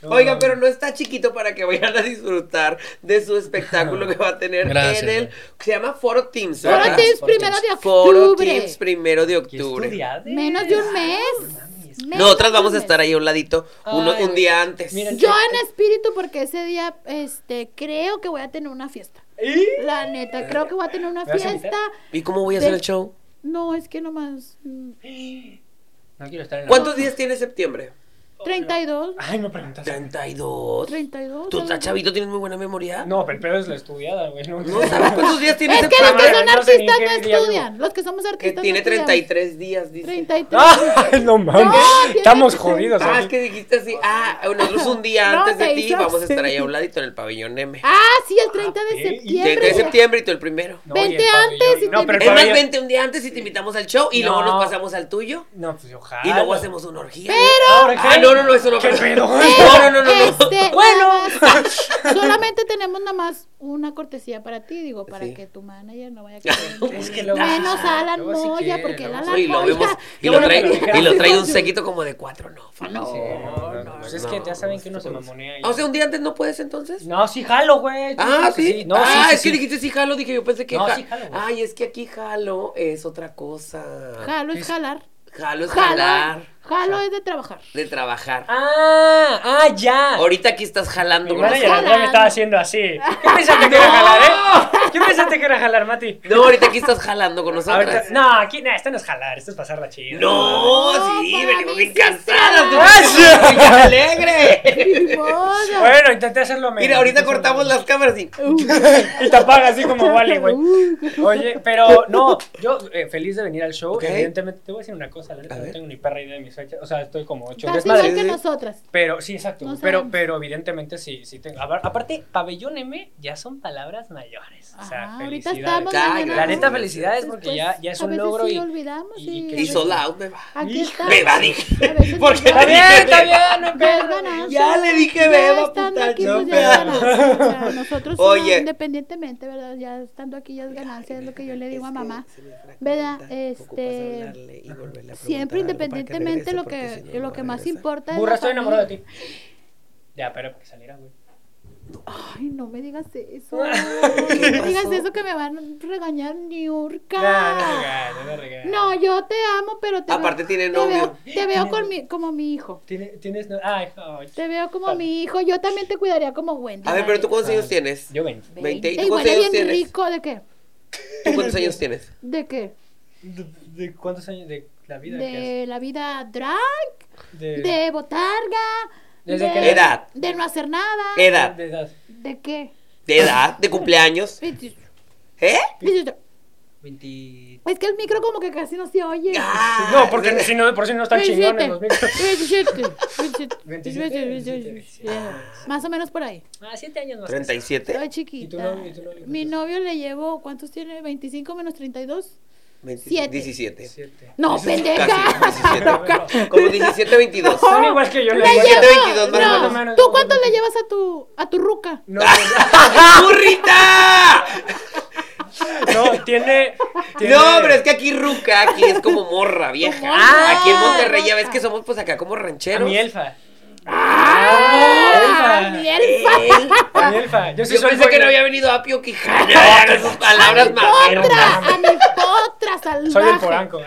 Speaker 4: Oigan, pero Ah. no está chiquito para que vayan a disfrutar de su espectáculo que va a tener
Speaker 3: Gracias,
Speaker 4: en el.
Speaker 3: güey.
Speaker 4: Se llama Foro Teams.
Speaker 2: Foro
Speaker 4: ¿verdad?
Speaker 2: Teams
Speaker 3: Foro
Speaker 2: primero de
Speaker 4: Foro Teams
Speaker 2: octubre.
Speaker 4: primero de
Speaker 3: ¿Qué
Speaker 4: octubre.
Speaker 3: estudiade?
Speaker 2: Menos de un mes. Menos de
Speaker 4: Nosotras
Speaker 2: un
Speaker 4: vamos a
Speaker 2: mes.
Speaker 4: estar ahí a un ladito uno-
Speaker 3: Ay,
Speaker 4: un día antes.
Speaker 3: miren.
Speaker 2: Yo en espíritu porque ese día, este, creo que voy a tener una fiesta.
Speaker 3: ¿Y?
Speaker 2: La neta, creo que voy a tener una
Speaker 3: ¿Me vas a invitar?
Speaker 2: fiesta.
Speaker 4: ¿Y cómo voy a hacer
Speaker 2: Del-
Speaker 4: el show?
Speaker 2: No, es que nomás mm,
Speaker 3: No quiero estar en la...
Speaker 4: ¿Cuántos días tiene septiembre?
Speaker 2: 32,
Speaker 3: Ay, me preguntas.
Speaker 4: 32.
Speaker 2: 32.
Speaker 4: ¿Tú, ah,
Speaker 2: algo.
Speaker 4: chavito, tienes muy buena memoria?
Speaker 3: No, pero el pedo es la estudiada, güey. No,
Speaker 4: ¿No sabes cuántos días tiene
Speaker 2: Es que los
Speaker 4: septiembre?
Speaker 2: que son
Speaker 3: no sé ni
Speaker 2: artistas
Speaker 3: qué
Speaker 2: no
Speaker 3: día vivo.
Speaker 2: estudian. Los que somos
Speaker 4: Que
Speaker 2: artistas no
Speaker 4: tiene
Speaker 2: estudiamos.
Speaker 4: 33 días, dice.
Speaker 2: 33.
Speaker 3: ¡Ah! No mames.
Speaker 2: tiene
Speaker 3: Estamos
Speaker 2: que ser-
Speaker 3: jodidos.
Speaker 4: Ah,
Speaker 3: aquí.
Speaker 4: es que dijiste así, ah, nosotros un día
Speaker 2: No,
Speaker 4: antes de
Speaker 2: te
Speaker 4: ti
Speaker 2: hizo
Speaker 4: vamos a estar
Speaker 2: así.
Speaker 4: ahí a un ladito en el pabellón M.
Speaker 2: Ah, sí, el 30 de
Speaker 3: Ah, sí, y
Speaker 2: septiembre.
Speaker 4: 30 de septiembre y tú el primero.
Speaker 3: No, y el
Speaker 2: Vente
Speaker 3: pabellón.
Speaker 2: antes y
Speaker 3: No,
Speaker 2: te
Speaker 3: pero el
Speaker 4: Es más,
Speaker 3: pabellón-
Speaker 4: vente un día antes y te invitamos al show y luego
Speaker 3: No.
Speaker 4: nos pasamos al tuyo
Speaker 3: No, pues ojalá.
Speaker 4: y luego hacemos una orgía.
Speaker 3: Ahora,
Speaker 4: Ah,
Speaker 3: ¿qué?
Speaker 4: no, no, no, eso no.
Speaker 3: ¿Qué pedo?
Speaker 4: No, no, no, no. no.
Speaker 2: Este,
Speaker 3: Bueno.
Speaker 2: nada más, solamente tenemos nada más una cortesía para ti, digo, para
Speaker 4: Sí.
Speaker 2: que tu manager no vaya a querer.
Speaker 3: Es que luego-
Speaker 2: Menos Alan
Speaker 3: luego sí
Speaker 2: Moya,
Speaker 3: quiere,
Speaker 2: porque él
Speaker 3: luego
Speaker 2: a
Speaker 3: sí
Speaker 2: la
Speaker 4: Y lo
Speaker 2: joya.
Speaker 4: vemos
Speaker 3: Qué
Speaker 4: y lo
Speaker 3: bueno que lo
Speaker 4: trae,
Speaker 3: dejaste.
Speaker 4: y lo trae un séquito como de cuatro, no. fa-
Speaker 2: No,
Speaker 3: no, no, pues es que ya saben que uno se mamonea. y-
Speaker 4: Ah, O sea, un día antes no puedes entonces.
Speaker 3: No, sí jalo, güey. Tú
Speaker 4: Ah,
Speaker 3: sabes que
Speaker 4: sí.
Speaker 3: No,
Speaker 4: ah,
Speaker 3: sí, sí,
Speaker 4: es
Speaker 3: sí.
Speaker 4: que dijiste sí jalo, dije yo pensé que
Speaker 3: No,
Speaker 4: ja-
Speaker 3: sí jalo, güey.
Speaker 4: Ay, es que aquí jalo es otra cosa.
Speaker 2: Jalo es jalar.
Speaker 4: Jalo es
Speaker 2: Jalo,
Speaker 4: jalar,
Speaker 2: jalo es de trabajar.
Speaker 4: de trabajar.
Speaker 3: Ah, ah, ya.
Speaker 4: Ahorita aquí estás jalando
Speaker 3: Mi
Speaker 4: con
Speaker 3: manager
Speaker 4: nosotros.
Speaker 2: jalando.
Speaker 3: Andrea me estaba haciendo así. ¿Qué pensaste que era jalar, eh? ¿Qué pensaste que era jalar, Mati?
Speaker 4: No, ahorita aquí estás jalando con
Speaker 3: Ahorita,
Speaker 4: nosotras.
Speaker 3: no, aquí, no, esto no es jalar, esto es pasarla chida.
Speaker 4: No,
Speaker 2: No,
Speaker 4: sí,
Speaker 2: para
Speaker 4: venimos
Speaker 2: mí
Speaker 4: bien
Speaker 2: sí es
Speaker 4: cansadas.
Speaker 3: jalar.
Speaker 4: ¡Gracias! alegre!
Speaker 2: Ni modo.
Speaker 3: Bueno, intenté hacerlo menos.
Speaker 4: Mira, ahorita
Speaker 3: intenté hacerlo
Speaker 4: cortamos las cámaras y.
Speaker 3: menos. Y te apaga así como Wally, güey.
Speaker 2: Uh,
Speaker 3: Oye, pero no, yo eh, feliz de venir al show.
Speaker 4: Ok.
Speaker 3: Evidentemente, te voy a decir una cosa, la neta,
Speaker 4: A
Speaker 3: no
Speaker 4: ver.
Speaker 3: tengo ni perra idea de mis fechas. O sea, estoy como ocho
Speaker 2: Casi
Speaker 3: desmadre.
Speaker 2: igual que
Speaker 4: sí.
Speaker 2: nosotras.
Speaker 3: Pero sí, exacto.
Speaker 2: No
Speaker 3: pero,
Speaker 2: sabemos.
Speaker 3: pero evidentemente sí, sí tengo. A- Aparte, pabellón M ya son palabras mayores. O sea,
Speaker 2: Ajá, Ah, ahorita
Speaker 3: felicidades.
Speaker 2: estamos
Speaker 4: Claro,
Speaker 2: mañana.
Speaker 3: La neta,
Speaker 4: Gracias.
Speaker 3: felicidades porque ya, ya es
Speaker 2: a
Speaker 3: un
Speaker 2: veces
Speaker 3: logro
Speaker 2: sí
Speaker 3: y.
Speaker 2: olvidamos
Speaker 3: y-
Speaker 2: y-
Speaker 3: que-
Speaker 4: Y sold out me va.
Speaker 2: Aquí
Speaker 3: Hija,
Speaker 2: está.
Speaker 4: Beba, dije.
Speaker 2: A veces
Speaker 4: ¿Por qué
Speaker 2: ya-
Speaker 3: Está bien, está bien, no hay
Speaker 2: Ya es
Speaker 3: pedo.
Speaker 2: ganancia.
Speaker 4: Ya le dije,
Speaker 2: Ya
Speaker 4: beba,
Speaker 2: estando
Speaker 4: puta,
Speaker 2: aquí,
Speaker 4: no
Speaker 2: pues ya
Speaker 4: pedo.
Speaker 2: es ganancia. O sea, nosotros sí,
Speaker 4: Oye.
Speaker 2: independientemente, ¿verdad? Ya estando aquí ya es ganancia, es lo que yo le digo a
Speaker 4: Este,
Speaker 2: mamá. ¿Verdad? Este, Siempre independientemente lo que, lo que más importa es
Speaker 3: Burra,
Speaker 2: la
Speaker 3: estoy
Speaker 2: familia.
Speaker 3: enamorado de ti. Ya, pero para que saliera, güey.
Speaker 2: Ay, no me digas eso. No me digas
Speaker 4: pasó?
Speaker 2: eso que me van a regañar Niurka.
Speaker 3: No, no regales, no regales.
Speaker 2: No, yo te amo, pero te
Speaker 4: Aparte
Speaker 2: veo,
Speaker 4: tiene
Speaker 2: te
Speaker 4: novio.
Speaker 2: veo- te veo con mi- como mi hijo.
Speaker 3: Tiene- Tienes. no- Ay, ay.
Speaker 2: Te veo como
Speaker 3: Vale.
Speaker 2: mi hijo. Yo también te cuidaría como Wendy.
Speaker 4: A ver, pero tú cuántos
Speaker 3: Ay.
Speaker 4: años tienes?
Speaker 3: Yo ven.
Speaker 4: veinte, ¿y tú
Speaker 2: Y
Speaker 4: cuántos
Speaker 2: huele
Speaker 4: años
Speaker 2: bien
Speaker 4: tienes?
Speaker 2: rico. ¿De qué?
Speaker 4: ¿Tú cuántos años tienes?
Speaker 2: ¿De qué?
Speaker 3: ¿De, de cuántos años de la vida que
Speaker 2: De la vida drag,
Speaker 3: has- de,
Speaker 2: de botarga.
Speaker 3: Desde
Speaker 2: de,
Speaker 3: que-
Speaker 4: Edad. Eh.
Speaker 2: De no hacer nada.
Speaker 4: Edad.
Speaker 3: de edad?
Speaker 2: ¿De qué?
Speaker 4: ¿De edad? ¿De cumpleaños? ¿Eh?
Speaker 3: Veinti-
Speaker 2: Es que el micro como que casi no se oye.
Speaker 4: Ah,
Speaker 3: No, porque si no, de por si no están chingones los micros.
Speaker 2: 27,
Speaker 3: 27,
Speaker 2: 27, Más o menos por ahí.
Speaker 3: Ah, siete años más. que
Speaker 4: ¿37?
Speaker 2: Estoy chiquita.
Speaker 3: novio? ¿Y tu novio?
Speaker 2: Mi novio le llevo, ¿cuántos tiene? ¿25 menos 32?
Speaker 4: 27,
Speaker 2: Siete.
Speaker 4: 17.
Speaker 3: Siete.
Speaker 2: No, pendeja.
Speaker 4: Casi, 17. Como 17, 22.
Speaker 3: Son igual que yo.
Speaker 2: Le
Speaker 3: la igual.
Speaker 4: llevo-
Speaker 2: llevo.
Speaker 4: 22 más
Speaker 3: o
Speaker 2: no.
Speaker 3: menos.
Speaker 2: ¿Tú cuánto le llevas a tu a tu ruca?
Speaker 3: No, no,
Speaker 4: ¡Burrita!
Speaker 3: no, tiene, tiene-
Speaker 4: No, pero es que aquí ruca, aquí es como morra vieja.
Speaker 2: morra.
Speaker 4: aquí en Monterrey ya ves
Speaker 2: Ruca.
Speaker 4: que somos pues acá como rancheros.
Speaker 3: A mi elfa.
Speaker 2: Ah,
Speaker 3: ¡Ah!
Speaker 2: mi
Speaker 3: elfa.
Speaker 4: Ey.
Speaker 2: elfa.
Speaker 3: A mi elfa. Yo sí
Speaker 4: Yo
Speaker 3: soy
Speaker 4: pensé que
Speaker 3: boina.
Speaker 4: no había venido Apio Quijana con sus palabras
Speaker 2: Potra,
Speaker 4: mameras.
Speaker 2: a mi potra salvaje.
Speaker 3: Soy del poranco.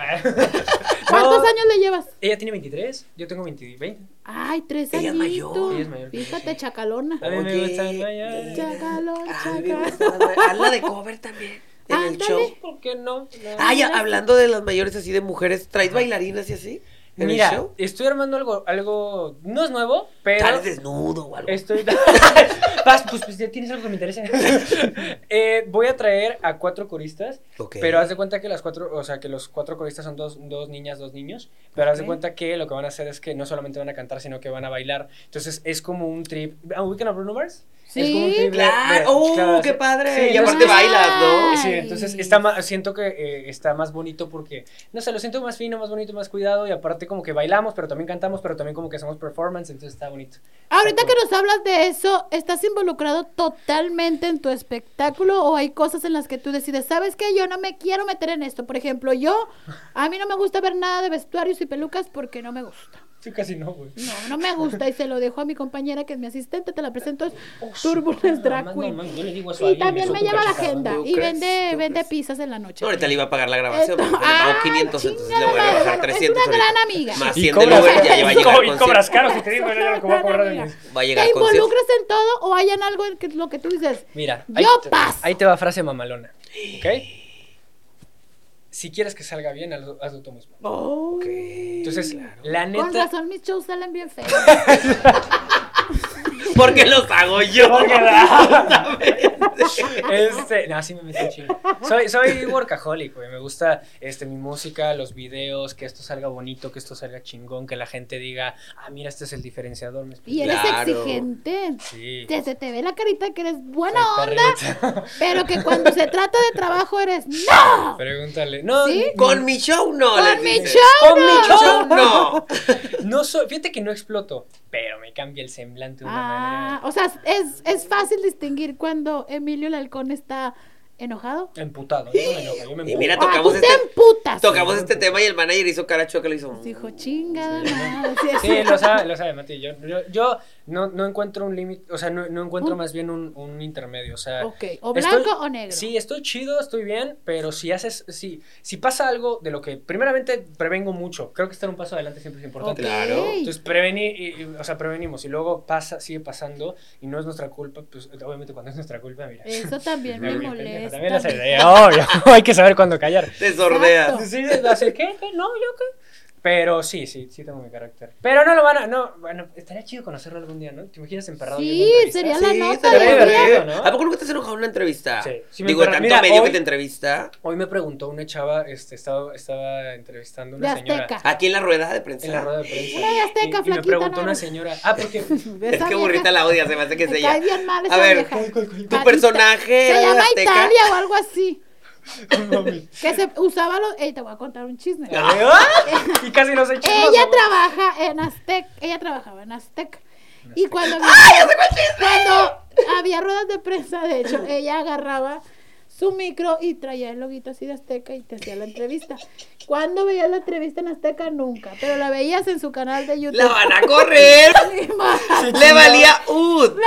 Speaker 2: ¿Cuántos
Speaker 3: No,
Speaker 2: años le llevas?
Speaker 3: Ella tiene 23, yo tengo 20. 20.
Speaker 2: Ay, tres
Speaker 4: Ella es mayor.
Speaker 2: añitos.
Speaker 3: Ella es mayor que yo,
Speaker 2: Fíjate,
Speaker 3: sí.
Speaker 2: chacalona.
Speaker 3: A mí me
Speaker 4: Oye.
Speaker 3: gustan mayores.
Speaker 2: Chacalón,
Speaker 4: Ay, me
Speaker 2: chacalón.
Speaker 4: gusta la- Hazla de cover también en el
Speaker 2: Ándale.
Speaker 4: show.
Speaker 3: ¿Por qué no? No.
Speaker 4: Ay, a- hablando de las mayores así de mujeres, ¿traes bailarinas y así? ¿En
Speaker 3: Mira,
Speaker 4: el show?
Speaker 3: estoy armando algo, algo, no es nuevo, pero
Speaker 4: ¿Sales desnudo o algo?
Speaker 3: estoy... Vas, pues, pues, ya tienes algo que me interesa. Eh, voy a traer a cuatro coristas,
Speaker 4: Ok.
Speaker 3: pero haz de cuenta que las cuatro, o sea, que los cuatro coristas son dos, dos niñas, dos niños, pero haz de
Speaker 4: Ok.
Speaker 3: cuenta que lo que van a hacer es que no solamente van a cantar, sino que van a bailar. Entonces, es como un trip... ¿Ah, ¿Ubican a Bruno Mars? Es como un
Speaker 2: Sí,
Speaker 3: trip de- de-
Speaker 4: Claro, ¡oh,
Speaker 3: claro,
Speaker 4: qué
Speaker 3: sí.
Speaker 4: padre!
Speaker 3: Sí,
Speaker 4: y
Speaker 3: no,
Speaker 4: aparte
Speaker 3: es-
Speaker 4: bailas, ¿no?
Speaker 2: Ay.
Speaker 3: Sí, entonces está más, siento que eh, está más bonito porque, no sé, lo siento más fino, más bonito, más cuidado y aparte como que bailamos, pero también cantamos, pero también como que hacemos performance, entonces está bonito.
Speaker 2: Ahorita que nos hablas de eso, ¿estás involucrado totalmente en tu espectáculo o hay cosas en las que tú decides, sabes que yo no me quiero meter en esto? Por ejemplo, yo, a mí no me gusta ver nada de vestuarios y pelucas porque no me gusta.
Speaker 3: Sí, casi no, güey.
Speaker 2: No, no me gusta y se lo dejo a mi compañera que es mi asistente, te la presento, es
Speaker 4: Oh,
Speaker 2: Turbulence Drag Queen.
Speaker 3: yo le digo
Speaker 4: pues,
Speaker 3: eso a
Speaker 2: Y
Speaker 3: alguien,
Speaker 2: también
Speaker 3: eso
Speaker 2: me
Speaker 3: tú
Speaker 2: lleva la
Speaker 3: cachas,
Speaker 2: agenda
Speaker 4: ¿no?
Speaker 2: y
Speaker 4: ¿Tú
Speaker 2: vende,
Speaker 4: crees? ¿Tú
Speaker 2: vende
Speaker 4: crees?
Speaker 2: pizzas en la noche. ah,
Speaker 4: No, ahorita le iba a pagar la grabación,
Speaker 2: Esto-
Speaker 4: porque le pagó
Speaker 2: ¡Ay,
Speaker 4: 500, entonces le
Speaker 2: chingada
Speaker 4: voy a
Speaker 2: madre!
Speaker 4: rebajar
Speaker 2: Bueno, es
Speaker 4: 300
Speaker 2: una gran
Speaker 4: ahorita.
Speaker 2: amiga.
Speaker 4: Más
Speaker 3: Y
Speaker 4: 100 de
Speaker 3: cobras-
Speaker 4: Uber, ya lleva a
Speaker 3: y
Speaker 4: llegar
Speaker 3: co-
Speaker 4: con
Speaker 3: Y cobras
Speaker 4: 100.
Speaker 3: caro, si te digo, yo lo que voy a cobrar es-
Speaker 4: Va a
Speaker 2: ¿Te
Speaker 4: llegar con 100.
Speaker 2: involucras en todo o hay en algo en que lo que tú dices?
Speaker 3: Mira,
Speaker 2: Yo
Speaker 3: ahí, te-
Speaker 2: paso.
Speaker 3: ahí te va frase mamalona, ¿ok? Si quieres que salga bien, hazlo, hazlo tú mismo.
Speaker 4: Ok.
Speaker 3: Entonces, la
Speaker 2: Con
Speaker 3: neta...
Speaker 2: razón, mis shows salen bien feos.
Speaker 4: Porque los hago yo.
Speaker 3: Porque la- Este, no, sí me metí un chingo. Soy, soy workaholic, güey. Me gusta este, mi música, los videos, que esto salga bonito, que esto salga chingón, que la gente diga, ah, mira, este es el diferenciador. me explico.
Speaker 2: Y eres
Speaker 4: Claro.
Speaker 2: exigente.
Speaker 3: Sí.
Speaker 2: Que se te ve la carita que eres buena
Speaker 3: soy
Speaker 2: onda,
Speaker 3: perrito.
Speaker 2: pero que cuando se trata de trabajo eres ¡No!
Speaker 3: Pregúntale. No,
Speaker 2: ¿Sí?
Speaker 3: ni-
Speaker 4: Con mi show no.
Speaker 2: Con
Speaker 4: les
Speaker 2: mi
Speaker 4: dices.
Speaker 2: show
Speaker 4: Con mi
Speaker 2: no.
Speaker 4: show no.
Speaker 3: no soy, fíjate que no exploto, pero me cambia el semblante de una
Speaker 2: Ah, o sea, es, es fácil distinguir cuando Emilio el halcón está enojado.
Speaker 3: manera emputado. Yo me enojo, yo me
Speaker 4: Y
Speaker 3: emputo.
Speaker 4: mira,
Speaker 2: Ah, tú
Speaker 4: tocamos
Speaker 2: te
Speaker 4: este,
Speaker 2: emputas.
Speaker 4: tocamos este tema y el manager hizo cara choca, le hizo. "Mm,
Speaker 2: Dijo, chingada madre. Sí,
Speaker 3: Sí, lo sabe, lo sabe, Mati. Yo, yo, yo no, no encuentro un límite, o sea, no, no encuentro más bien un, un intermedio. O sea,
Speaker 2: Uh. Ok, o
Speaker 3: Estoy-
Speaker 2: blanco o negro.
Speaker 3: Sí, estoy chido, estoy bien, pero si haces, si, si pasa algo de lo que primeramente prevengo mucho, creo que estar un paso adelante siempre es importante.
Speaker 2: Ok.
Speaker 4: Claro.
Speaker 3: Entonces preveni, y- y, o sea, prevenimos y luego pasa, sigue pasando y no es nuestra culpa, pues obviamente cuando es nuestra culpa, mira.
Speaker 2: Eso también
Speaker 3: Ay,
Speaker 2: me
Speaker 3: pendejo,
Speaker 2: molesta.
Speaker 3: También la sé,
Speaker 4: Oh,
Speaker 3: obvio, hay que saber cuándo callar.
Speaker 4: Te sordeas.
Speaker 2: Exacto.
Speaker 3: Sí, no sé, ¿qué? ¿Qué? No, yo qué. Pero sí, sí, sí tengo mi carácter. Pero no lo van a, no, bueno, estaría chido conocerlo algún día, ¿no? ¿Te imaginas emperrado?
Speaker 2: Sí,
Speaker 3: viendo entrevistas?
Speaker 2: sería
Speaker 4: Sí,
Speaker 2: la nota
Speaker 4: estaría
Speaker 3: de-
Speaker 4: divertido,
Speaker 3: ¿no?
Speaker 4: ¿A poco nunca te has enojado en una entrevista?
Speaker 3: Sí, sí me
Speaker 4: Digo,
Speaker 3: enterra-
Speaker 4: tanto
Speaker 3: Mira,
Speaker 4: medio
Speaker 3: hoy-
Speaker 4: que te entrevista.
Speaker 3: Hoy me preguntó una chava, este, estaba, estaba entrevistando a
Speaker 2: De
Speaker 3: una señora.
Speaker 2: Azteca.
Speaker 4: Aquí en la rueda de prensa.
Speaker 3: En la rueda de prensa.
Speaker 2: Una de Azteca,
Speaker 3: y, y me
Speaker 2: flaquita,
Speaker 3: preguntó
Speaker 2: nada
Speaker 3: una
Speaker 2: más.
Speaker 3: señora. Ah, porque.
Speaker 4: Es que burrita la odia, se me hace que
Speaker 2: Me cae
Speaker 4: se llama.
Speaker 2: bien mal esa
Speaker 4: A ver,
Speaker 2: vieja.
Speaker 4: Tu
Speaker 2: Carita.
Speaker 4: personaje era
Speaker 2: Se
Speaker 4: de
Speaker 2: llama
Speaker 4: Azteca.
Speaker 2: Italia o algo así.
Speaker 3: Mami.
Speaker 2: Que se usaba los. Ey, te voy a contar un chisme.
Speaker 3: y casi no sé chismoso,
Speaker 2: Ella
Speaker 3: güey.
Speaker 2: trabaja en Aztec. Ella trabajaba en Aztec. Y cuando había, cuando había ruedas de prensa, de hecho, ella agarraba su micro y traía el loguito así de Azteca y te hacía la entrevista. Cuando veías la entrevista en Azteca? Nunca, pero la veías en su canal de YouTube.
Speaker 4: La van a correr.
Speaker 2: Ni más.
Speaker 4: Le valía ud.
Speaker 2: Le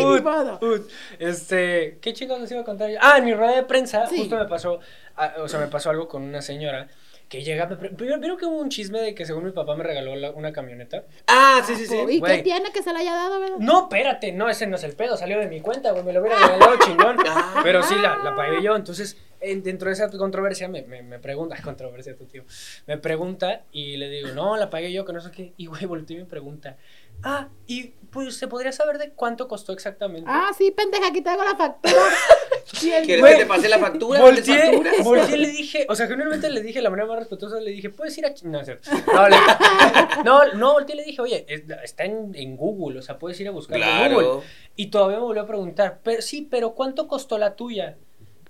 Speaker 2: valía un
Speaker 3: Ut,
Speaker 2: modo.
Speaker 3: ut. Este, ¿qué chicos les iba a contar? yo? Ah, en mi rueda de prensa,
Speaker 2: Sí.
Speaker 3: justo me pasó, ah, o sea, me pasó algo con una señora que llega, me pre- primero vieron que hubo un chisme de que según mi papá me regaló la- una camioneta.
Speaker 4: Ah, sí, sí, sí.
Speaker 2: ¿Y
Speaker 3: güey.
Speaker 2: qué tiene que se la haya dado, verdad?
Speaker 3: No, espérate, no, ese no es el pedo, salió de mi cuenta, güey, me lo hubiera regalado chingón.
Speaker 4: Ah.
Speaker 3: Pero sí, la, la pagué yo. Entonces, en- dentro de esa controversia, me, me, me pregunta, controversia tu tío, me pregunta y le digo, no, la pagué yo, que no sé qué. Y, güey, volteé y me pregunta, ah, y pues se podría saber de cuánto costó exactamente.
Speaker 2: Ah, sí, pendeja, aquí traigo la factura. Y el-
Speaker 4: ¿Quieres
Speaker 3: Güey.
Speaker 4: que te pase la factura? ¿Te
Speaker 3: Volteé,
Speaker 4: factura?
Speaker 3: volteé y le dije, o sea, generalmente le dije de la manera más respetuosa, le dije, puedes ir a. ch- No, es cierto. no, le- no, no, volteé y le dije, oye, es- está en, en Google, o sea, puedes ir a buscarlo en Google.
Speaker 4: Claro.
Speaker 3: Y todavía me volvió a preguntar, pero sí, pero ¿cuánto costó la tuya?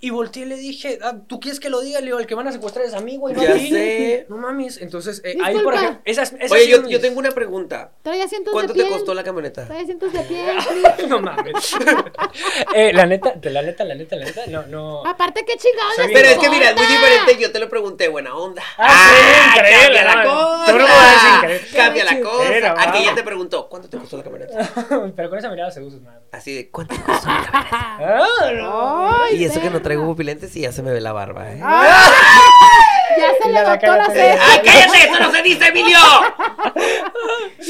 Speaker 3: Y volteé y le dije, "Ah, ¿tú quieres que lo diga? Le digo, el que van a secuestrar es a mí, güey, no a
Speaker 4: Ya
Speaker 3: ti".
Speaker 4: sé.
Speaker 3: No mames. Entonces, eh, ahí por
Speaker 2: Disculpa.
Speaker 3: ejemplo. Esas, esas
Speaker 4: Oye, yo,
Speaker 3: son
Speaker 4: yo
Speaker 3: mis-
Speaker 4: tengo una pregunta.
Speaker 2: Trae asientos
Speaker 4: ¿Cuánto
Speaker 2: de
Speaker 4: te
Speaker 2: piel.
Speaker 4: costó la camioneta?
Speaker 2: Trae asientos de piel.
Speaker 3: No mames. Eh, la neta, de la neta, la neta, la neta, no, no.
Speaker 2: Aparte, qué chingados.
Speaker 3: Soy
Speaker 2: les
Speaker 4: Pero es que mira, es muy
Speaker 2: importa?
Speaker 4: diferente. Yo te lo pregunté, buena onda.
Speaker 3: Ah, sí, increíble,
Speaker 4: Cambia la
Speaker 3: no,
Speaker 4: cosa. Ah,
Speaker 3: tú no puedes decir increíble.
Speaker 4: Cambia la
Speaker 3: Qué
Speaker 4: cosa.
Speaker 3: chistera,
Speaker 4: Aquí ya
Speaker 3: vamos.
Speaker 4: te preguntó, ¿cuánto te costó la camioneta?
Speaker 3: pero con esa mirada se usa, madre.
Speaker 4: Así de, ¿cuánto te costó la camioneta?
Speaker 3: Ah, no.
Speaker 2: Ay,
Speaker 4: Y eso que no
Speaker 2: perra.
Speaker 4: traigo pupilentes y ya se me ve la barba, ¿eh?
Speaker 3: Ah.
Speaker 2: Ya se
Speaker 3: Y
Speaker 2: le
Speaker 3: la
Speaker 2: botó la
Speaker 3: cara te-
Speaker 2: ceja.
Speaker 4: ¡Ay, cállate! ¡Eso no se dice, Emilio!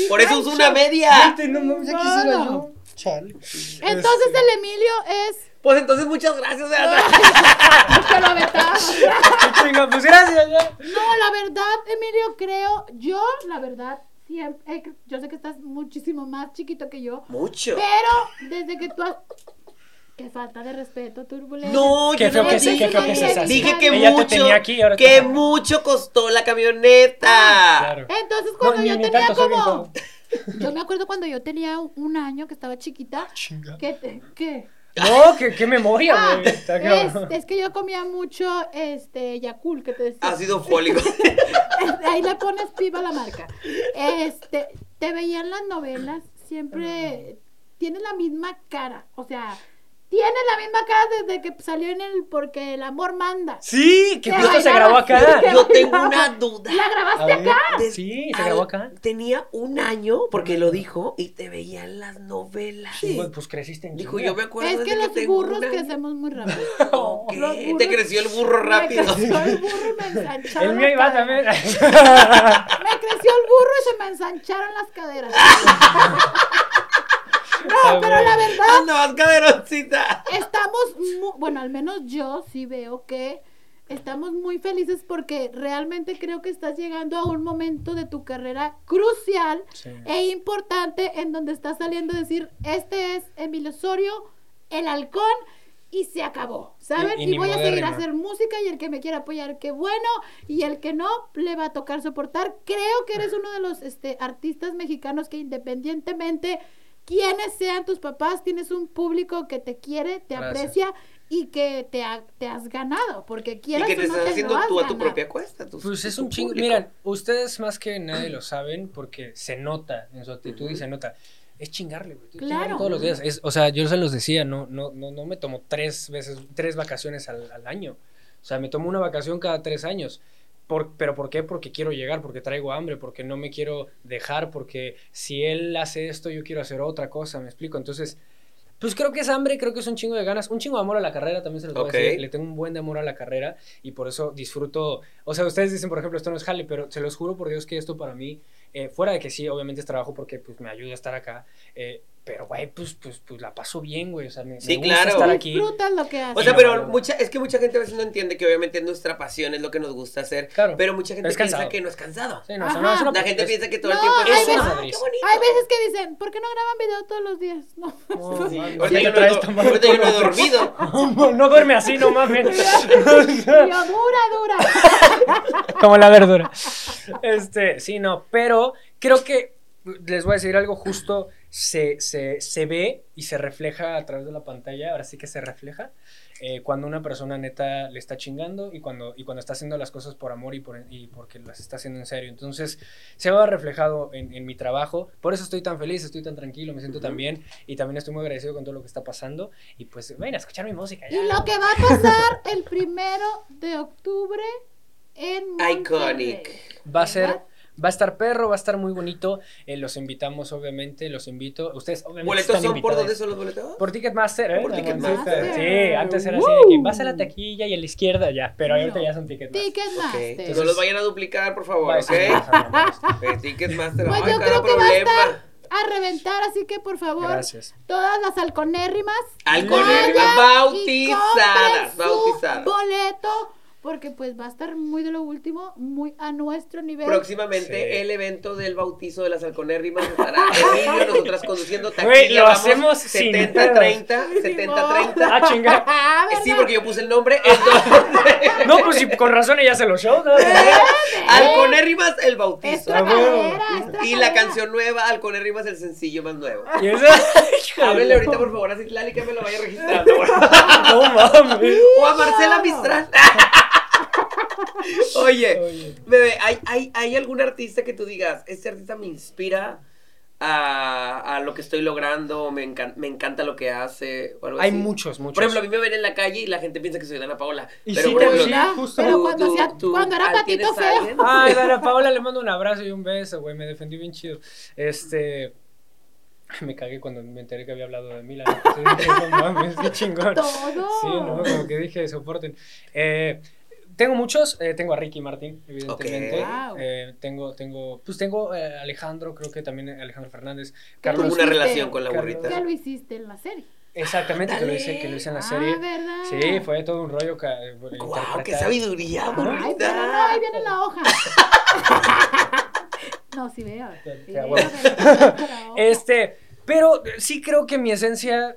Speaker 4: Por eso uso una media.
Speaker 3: Vete, no mames, ya quisiera yo. Chale.
Speaker 2: Entonces
Speaker 3: Este,
Speaker 2: el Emilio es.
Speaker 4: Pues entonces muchas gracias. Beata.
Speaker 2: Que lo vetamos.
Speaker 3: qué chinga, pues gracias, ya.
Speaker 2: No, la verdad, Emilio, creo. Yo, la verdad, siempre. eh, yo sé que estás muchísimo más chiquito que yo.
Speaker 4: Mucho.
Speaker 2: Pero desde que tú has. Qué falta de respeto, turbulencia.
Speaker 4: No,
Speaker 3: Qué
Speaker 4: yo
Speaker 3: feo
Speaker 4: no
Speaker 3: que
Speaker 4: dije.
Speaker 3: se- qué feo que se hace.
Speaker 4: Dije que
Speaker 3: Ella te
Speaker 4: mucho,
Speaker 3: tenía aquí y ahora te
Speaker 4: que
Speaker 3: saca.
Speaker 4: mucho costó la camioneta.
Speaker 3: Claro.
Speaker 2: Entonces,
Speaker 3: No,
Speaker 2: cuando
Speaker 3: ni,
Speaker 2: yo
Speaker 3: ni
Speaker 2: tenía
Speaker 3: tanto, soy bien
Speaker 2: como.
Speaker 3: joven.
Speaker 2: Yo me acuerdo cuando yo tenía un año que estaba chiquita. Que, te- que
Speaker 3: No, qué, qué memoria,
Speaker 2: Ah,
Speaker 3: güey. Está
Speaker 2: es,
Speaker 3: cabrón.
Speaker 2: es que yo comía mucho este Yakul, que te decía.
Speaker 4: Ácido fólico.
Speaker 2: Ahí le pones pipa a la marca. Este, te veían las novelas, siempre tienes la misma cara, o sea, tienes la misma cara desde que salió en el porque el amor manda.
Speaker 3: Sí, que
Speaker 2: Te
Speaker 3: justo se
Speaker 2: bailaba
Speaker 3: grabó
Speaker 2: así,
Speaker 3: acá.
Speaker 2: te
Speaker 4: Yo tengo
Speaker 2: bailaba.
Speaker 4: una duda.
Speaker 2: La
Speaker 3: A
Speaker 2: grabaste
Speaker 3: ver,
Speaker 2: acá.
Speaker 4: Des-
Speaker 3: Sí, se
Speaker 4: al-
Speaker 3: grabó acá.
Speaker 4: Tenía un año, porque lo dijo, y te veía en las novelas.
Speaker 3: Pues, pues creciste en
Speaker 4: Dijo,
Speaker 3: chinga.
Speaker 4: yo me acuerdo
Speaker 2: Es
Speaker 4: desde
Speaker 2: que los
Speaker 4: tengo
Speaker 2: burros
Speaker 4: un año.
Speaker 2: crecemos muy rápido.
Speaker 4: Ok,
Speaker 2: Los burros-
Speaker 4: Te creció el burro rápido.
Speaker 2: Me creció el burro y me ensancharon.
Speaker 3: El mío
Speaker 2: las
Speaker 3: iba también.
Speaker 2: caderas. Me creció el burro y se me ensancharon las caderas.
Speaker 3: Ah,
Speaker 2: No, pero la
Speaker 3: bueno.
Speaker 2: verdad.
Speaker 4: Andabas caderoncita.
Speaker 2: estamos, mu- bueno, al menos yo sí veo que estamos muy felices porque realmente creo que estás llegando a un momento de tu carrera crucial
Speaker 3: Sí.
Speaker 2: e importante en donde estás saliendo a decir, este es Emilio Osorio, el halcón. Y se acabó, ¿saben?
Speaker 3: Y- y
Speaker 2: Y,
Speaker 3: ni
Speaker 2: voy a
Speaker 3: modo de
Speaker 2: seguir a
Speaker 3: arrimar.
Speaker 2: hacer música y el que me quiera apoyar, qué bueno, y el que no, le va a tocar soportar. Creo que eres uno de los este, artistas mexicanos que independientemente quienes sean tus papás, tienes un público que te quiere, te
Speaker 3: Gracias.
Speaker 2: aprecia y que te, ha- te has ganado, porque
Speaker 4: Y
Speaker 2: quieras
Speaker 4: que te
Speaker 2: o no
Speaker 4: estás
Speaker 2: te
Speaker 4: haciendo
Speaker 2: lo has
Speaker 4: tú a tu
Speaker 2: ganado.
Speaker 4: propia cuesta. tus-
Speaker 3: Pues es
Speaker 4: tu
Speaker 3: un chingo.
Speaker 4: público.
Speaker 3: Miren, ustedes más que nadie lo saben porque se nota en su actitud y se nota. Es chingarle, güey. Claro.
Speaker 2: Claro.
Speaker 3: todos los días. Es- o sea, yo se los decía, no, no, no, no me tomo tres veces, tres vacaciones al, al año. O sea, me tomo una vacación cada tres años. Por- ¿Pero por qué? Porque quiero llegar, porque traigo hambre, porque no me quiero dejar, porque si él hace esto, yo quiero hacer otra cosa, ¿me explico? Entonces, pues creo que es hambre, creo que es un chingo de ganas, un chingo de amor a la carrera, también se los voy
Speaker 4: Ok.
Speaker 3: a decir. Le tengo un buen de amor a la carrera y por eso disfruto. O sea, ustedes dicen, por ejemplo, esto no es jale, pero se los juro por Dios que esto para mí eh, fuera de que sí, obviamente es trabajo porque pues me ayuda a estar acá, eh, pero güey, pues, pues, pues la paso bien, güey, o sea, me, me
Speaker 5: Sí,
Speaker 3: gusta
Speaker 5: claro.
Speaker 3: estar aquí.
Speaker 2: Disfrutas lo que haces.
Speaker 5: O sea,
Speaker 3: Sí,
Speaker 5: pero
Speaker 3: claro.
Speaker 5: mucha, es que mucha gente a veces no entiende que obviamente nuestra pasión es lo que nos gusta hacer.
Speaker 3: Claro.
Speaker 5: Pero mucha gente
Speaker 3: Es
Speaker 5: piensa
Speaker 3: cansado.
Speaker 5: que no es cansado.
Speaker 3: Sí, no, o sea, no, es una-
Speaker 5: La gente
Speaker 3: es-
Speaker 5: piensa que todo el
Speaker 2: No,
Speaker 5: tiempo
Speaker 2: hay
Speaker 5: es
Speaker 2: veces-
Speaker 5: "Ah, qué bonito".
Speaker 2: Hay veces que dicen, ¿por qué no graban video todos los días? No.
Speaker 3: No,
Speaker 5: Sí,
Speaker 3: mames.
Speaker 5: Ahorita
Speaker 3: Sí,
Speaker 5: yo no,
Speaker 3: traes
Speaker 5: he do-
Speaker 3: tomado
Speaker 5: ahorita yo no he
Speaker 3: todo.
Speaker 5: dormido.
Speaker 3: No duerme así, no mames. O sea,
Speaker 2: Yo, dura, dura.
Speaker 3: Como la verdura. Este, sí, no, pero creo que les voy a decir algo justo. Se, se, se ve y se refleja a través de la pantalla, ahora sí que se refleja, eh, cuando una persona neta le está chingando y cuando, y cuando está haciendo las cosas por amor y, por, y porque las está haciendo en serio. Entonces, se va reflejado en, en mi trabajo. Por eso estoy tan feliz, estoy tan tranquilo, me siento tan bien y también estoy muy agradecido con todo lo que está pasando. Y pues, ven a escuchar mi música. ya.
Speaker 2: Y lo que va a pasar el primero de octubre en Monterrey.
Speaker 5: Iconic.
Speaker 3: Va a ser,
Speaker 2: ¿Verdad?
Speaker 3: va a estar perro, va a estar muy bonito. eh, los invitamos, obviamente, los invito. Ustedes, obviamente,
Speaker 5: ¿Boletos
Speaker 3: están
Speaker 5: son por dónde
Speaker 3: invitados.
Speaker 5: son los boletos?
Speaker 3: Por Ticketmaster, ¿eh?
Speaker 5: Por
Speaker 3: La
Speaker 5: Ticketmaster.
Speaker 3: mamacita. Sí, antes era así
Speaker 2: Woo.
Speaker 3: de que vas a la taquilla y a la izquierda ya, pero ahorita ya son Ticketmaster.
Speaker 5: Ok,
Speaker 2: Ticketmaster.
Speaker 5: No
Speaker 3: Entonces-
Speaker 5: los vayan a duplicar, por favor,
Speaker 3: Va,
Speaker 5: ¿ok?
Speaker 3: sí, vamos a-
Speaker 5: Eh, Ticketmaster,
Speaker 2: Pues
Speaker 5: ay,
Speaker 2: yo
Speaker 5: cada
Speaker 2: creo que va a
Speaker 5: problema.
Speaker 2: estar a reventar, así que por favor,
Speaker 3: Gracias.
Speaker 2: todas las halconérrimas,
Speaker 5: Halconérrimas,
Speaker 2: vayan
Speaker 5: bautizadas,
Speaker 2: y compren su
Speaker 5: bautizadas.
Speaker 2: boleto, porque pues va a estar muy de lo último, muy a nuestro nivel.
Speaker 5: Próximamente
Speaker 3: Sí.
Speaker 5: el evento del bautizo de las halconérrimas estará Emilio, nosotras conduciendo taquilla.
Speaker 3: Güey, lo
Speaker 5: vamos
Speaker 3: hacemos sin
Speaker 5: 70, 30, 70, 30.
Speaker 3: Ah, chinga.
Speaker 2: Ah, ¿verdad?
Speaker 5: Sí, porque yo puse el nombre,
Speaker 2: Eh,
Speaker 5: entonces.
Speaker 3: No, pues si con razón ella se los shows. ¿no?
Speaker 5: Halconérrimas, el
Speaker 2: Es
Speaker 5: bautizo.
Speaker 3: Ah,
Speaker 2: tracadera, es
Speaker 5: Y
Speaker 2: tracadera.
Speaker 5: la canción nueva, Halconérrimas, el sencillo más nuevo.
Speaker 3: Y eso.
Speaker 5: Háblenle ahorita, por favor, a Citlali que me lo vaya registrando. por favor.
Speaker 3: No mames.
Speaker 5: O a Marcela Mistral. Oye,
Speaker 3: Oye.
Speaker 5: bebé, ¿hay, hay, hay algún artista que tú digas, este artista me inspira a, a lo que estoy logrando, me, encan- me encanta lo que hace? o algo
Speaker 3: Hay
Speaker 5: así"?
Speaker 3: muchos, muchos.
Speaker 5: Por ejemplo, a mí me ven en la calle y la gente piensa que soy Dana Paola.
Speaker 3: Y
Speaker 5: pero
Speaker 3: sí,
Speaker 5: por
Speaker 3: te-
Speaker 5: ejemplo,
Speaker 3: sí,
Speaker 2: ¿verdad?
Speaker 3: justo.
Speaker 2: Pero
Speaker 5: tú-
Speaker 2: cuando,
Speaker 5: tú-
Speaker 2: hacía-
Speaker 5: tú-
Speaker 2: cuando era
Speaker 5: ¿al- tienes
Speaker 2: patito feo.
Speaker 5: alguien? Ah,
Speaker 3: Ay, Dana Paola, le mando un abrazo y un beso, güey. Me defendí bien chido. Este. Me cagué cuando me enteré que había hablado de mí. La neta, sí, dije, no mames, qué chingón.
Speaker 2: Todo.
Speaker 3: Sí, no, como que dije, soporten. Eh, tengo muchos, eh, tengo a Ricky Martin, evidentemente.
Speaker 5: Ok.
Speaker 2: Wow.
Speaker 3: Eh, tengo, tengo, pues tengo eh, Alejandro, creo que también Alejandro Fernández.
Speaker 5: Tuvo
Speaker 3: Carlos,
Speaker 5: una
Speaker 2: hiciste?
Speaker 5: relación con la burrita.
Speaker 2: Ya lo hiciste en la serie.
Speaker 3: exactamente, que lo, hice, que lo hice en la
Speaker 2: Ah,
Speaker 3: serie.
Speaker 2: ¿verdad?
Speaker 3: Sí, fue todo un rollo. ca- eh,
Speaker 5: ¡Guau! ¡Qué
Speaker 3: interpretar.
Speaker 5: sabiduría,
Speaker 2: Ay, pero no, ahí
Speaker 5: Ah.
Speaker 2: viene la hoja. no, sí veo.
Speaker 3: Te-
Speaker 2: sí
Speaker 3: te
Speaker 2: veo
Speaker 3: aguanto.
Speaker 2: que le sacaste la hoja.
Speaker 3: Este, pero sí creo que mi esencia.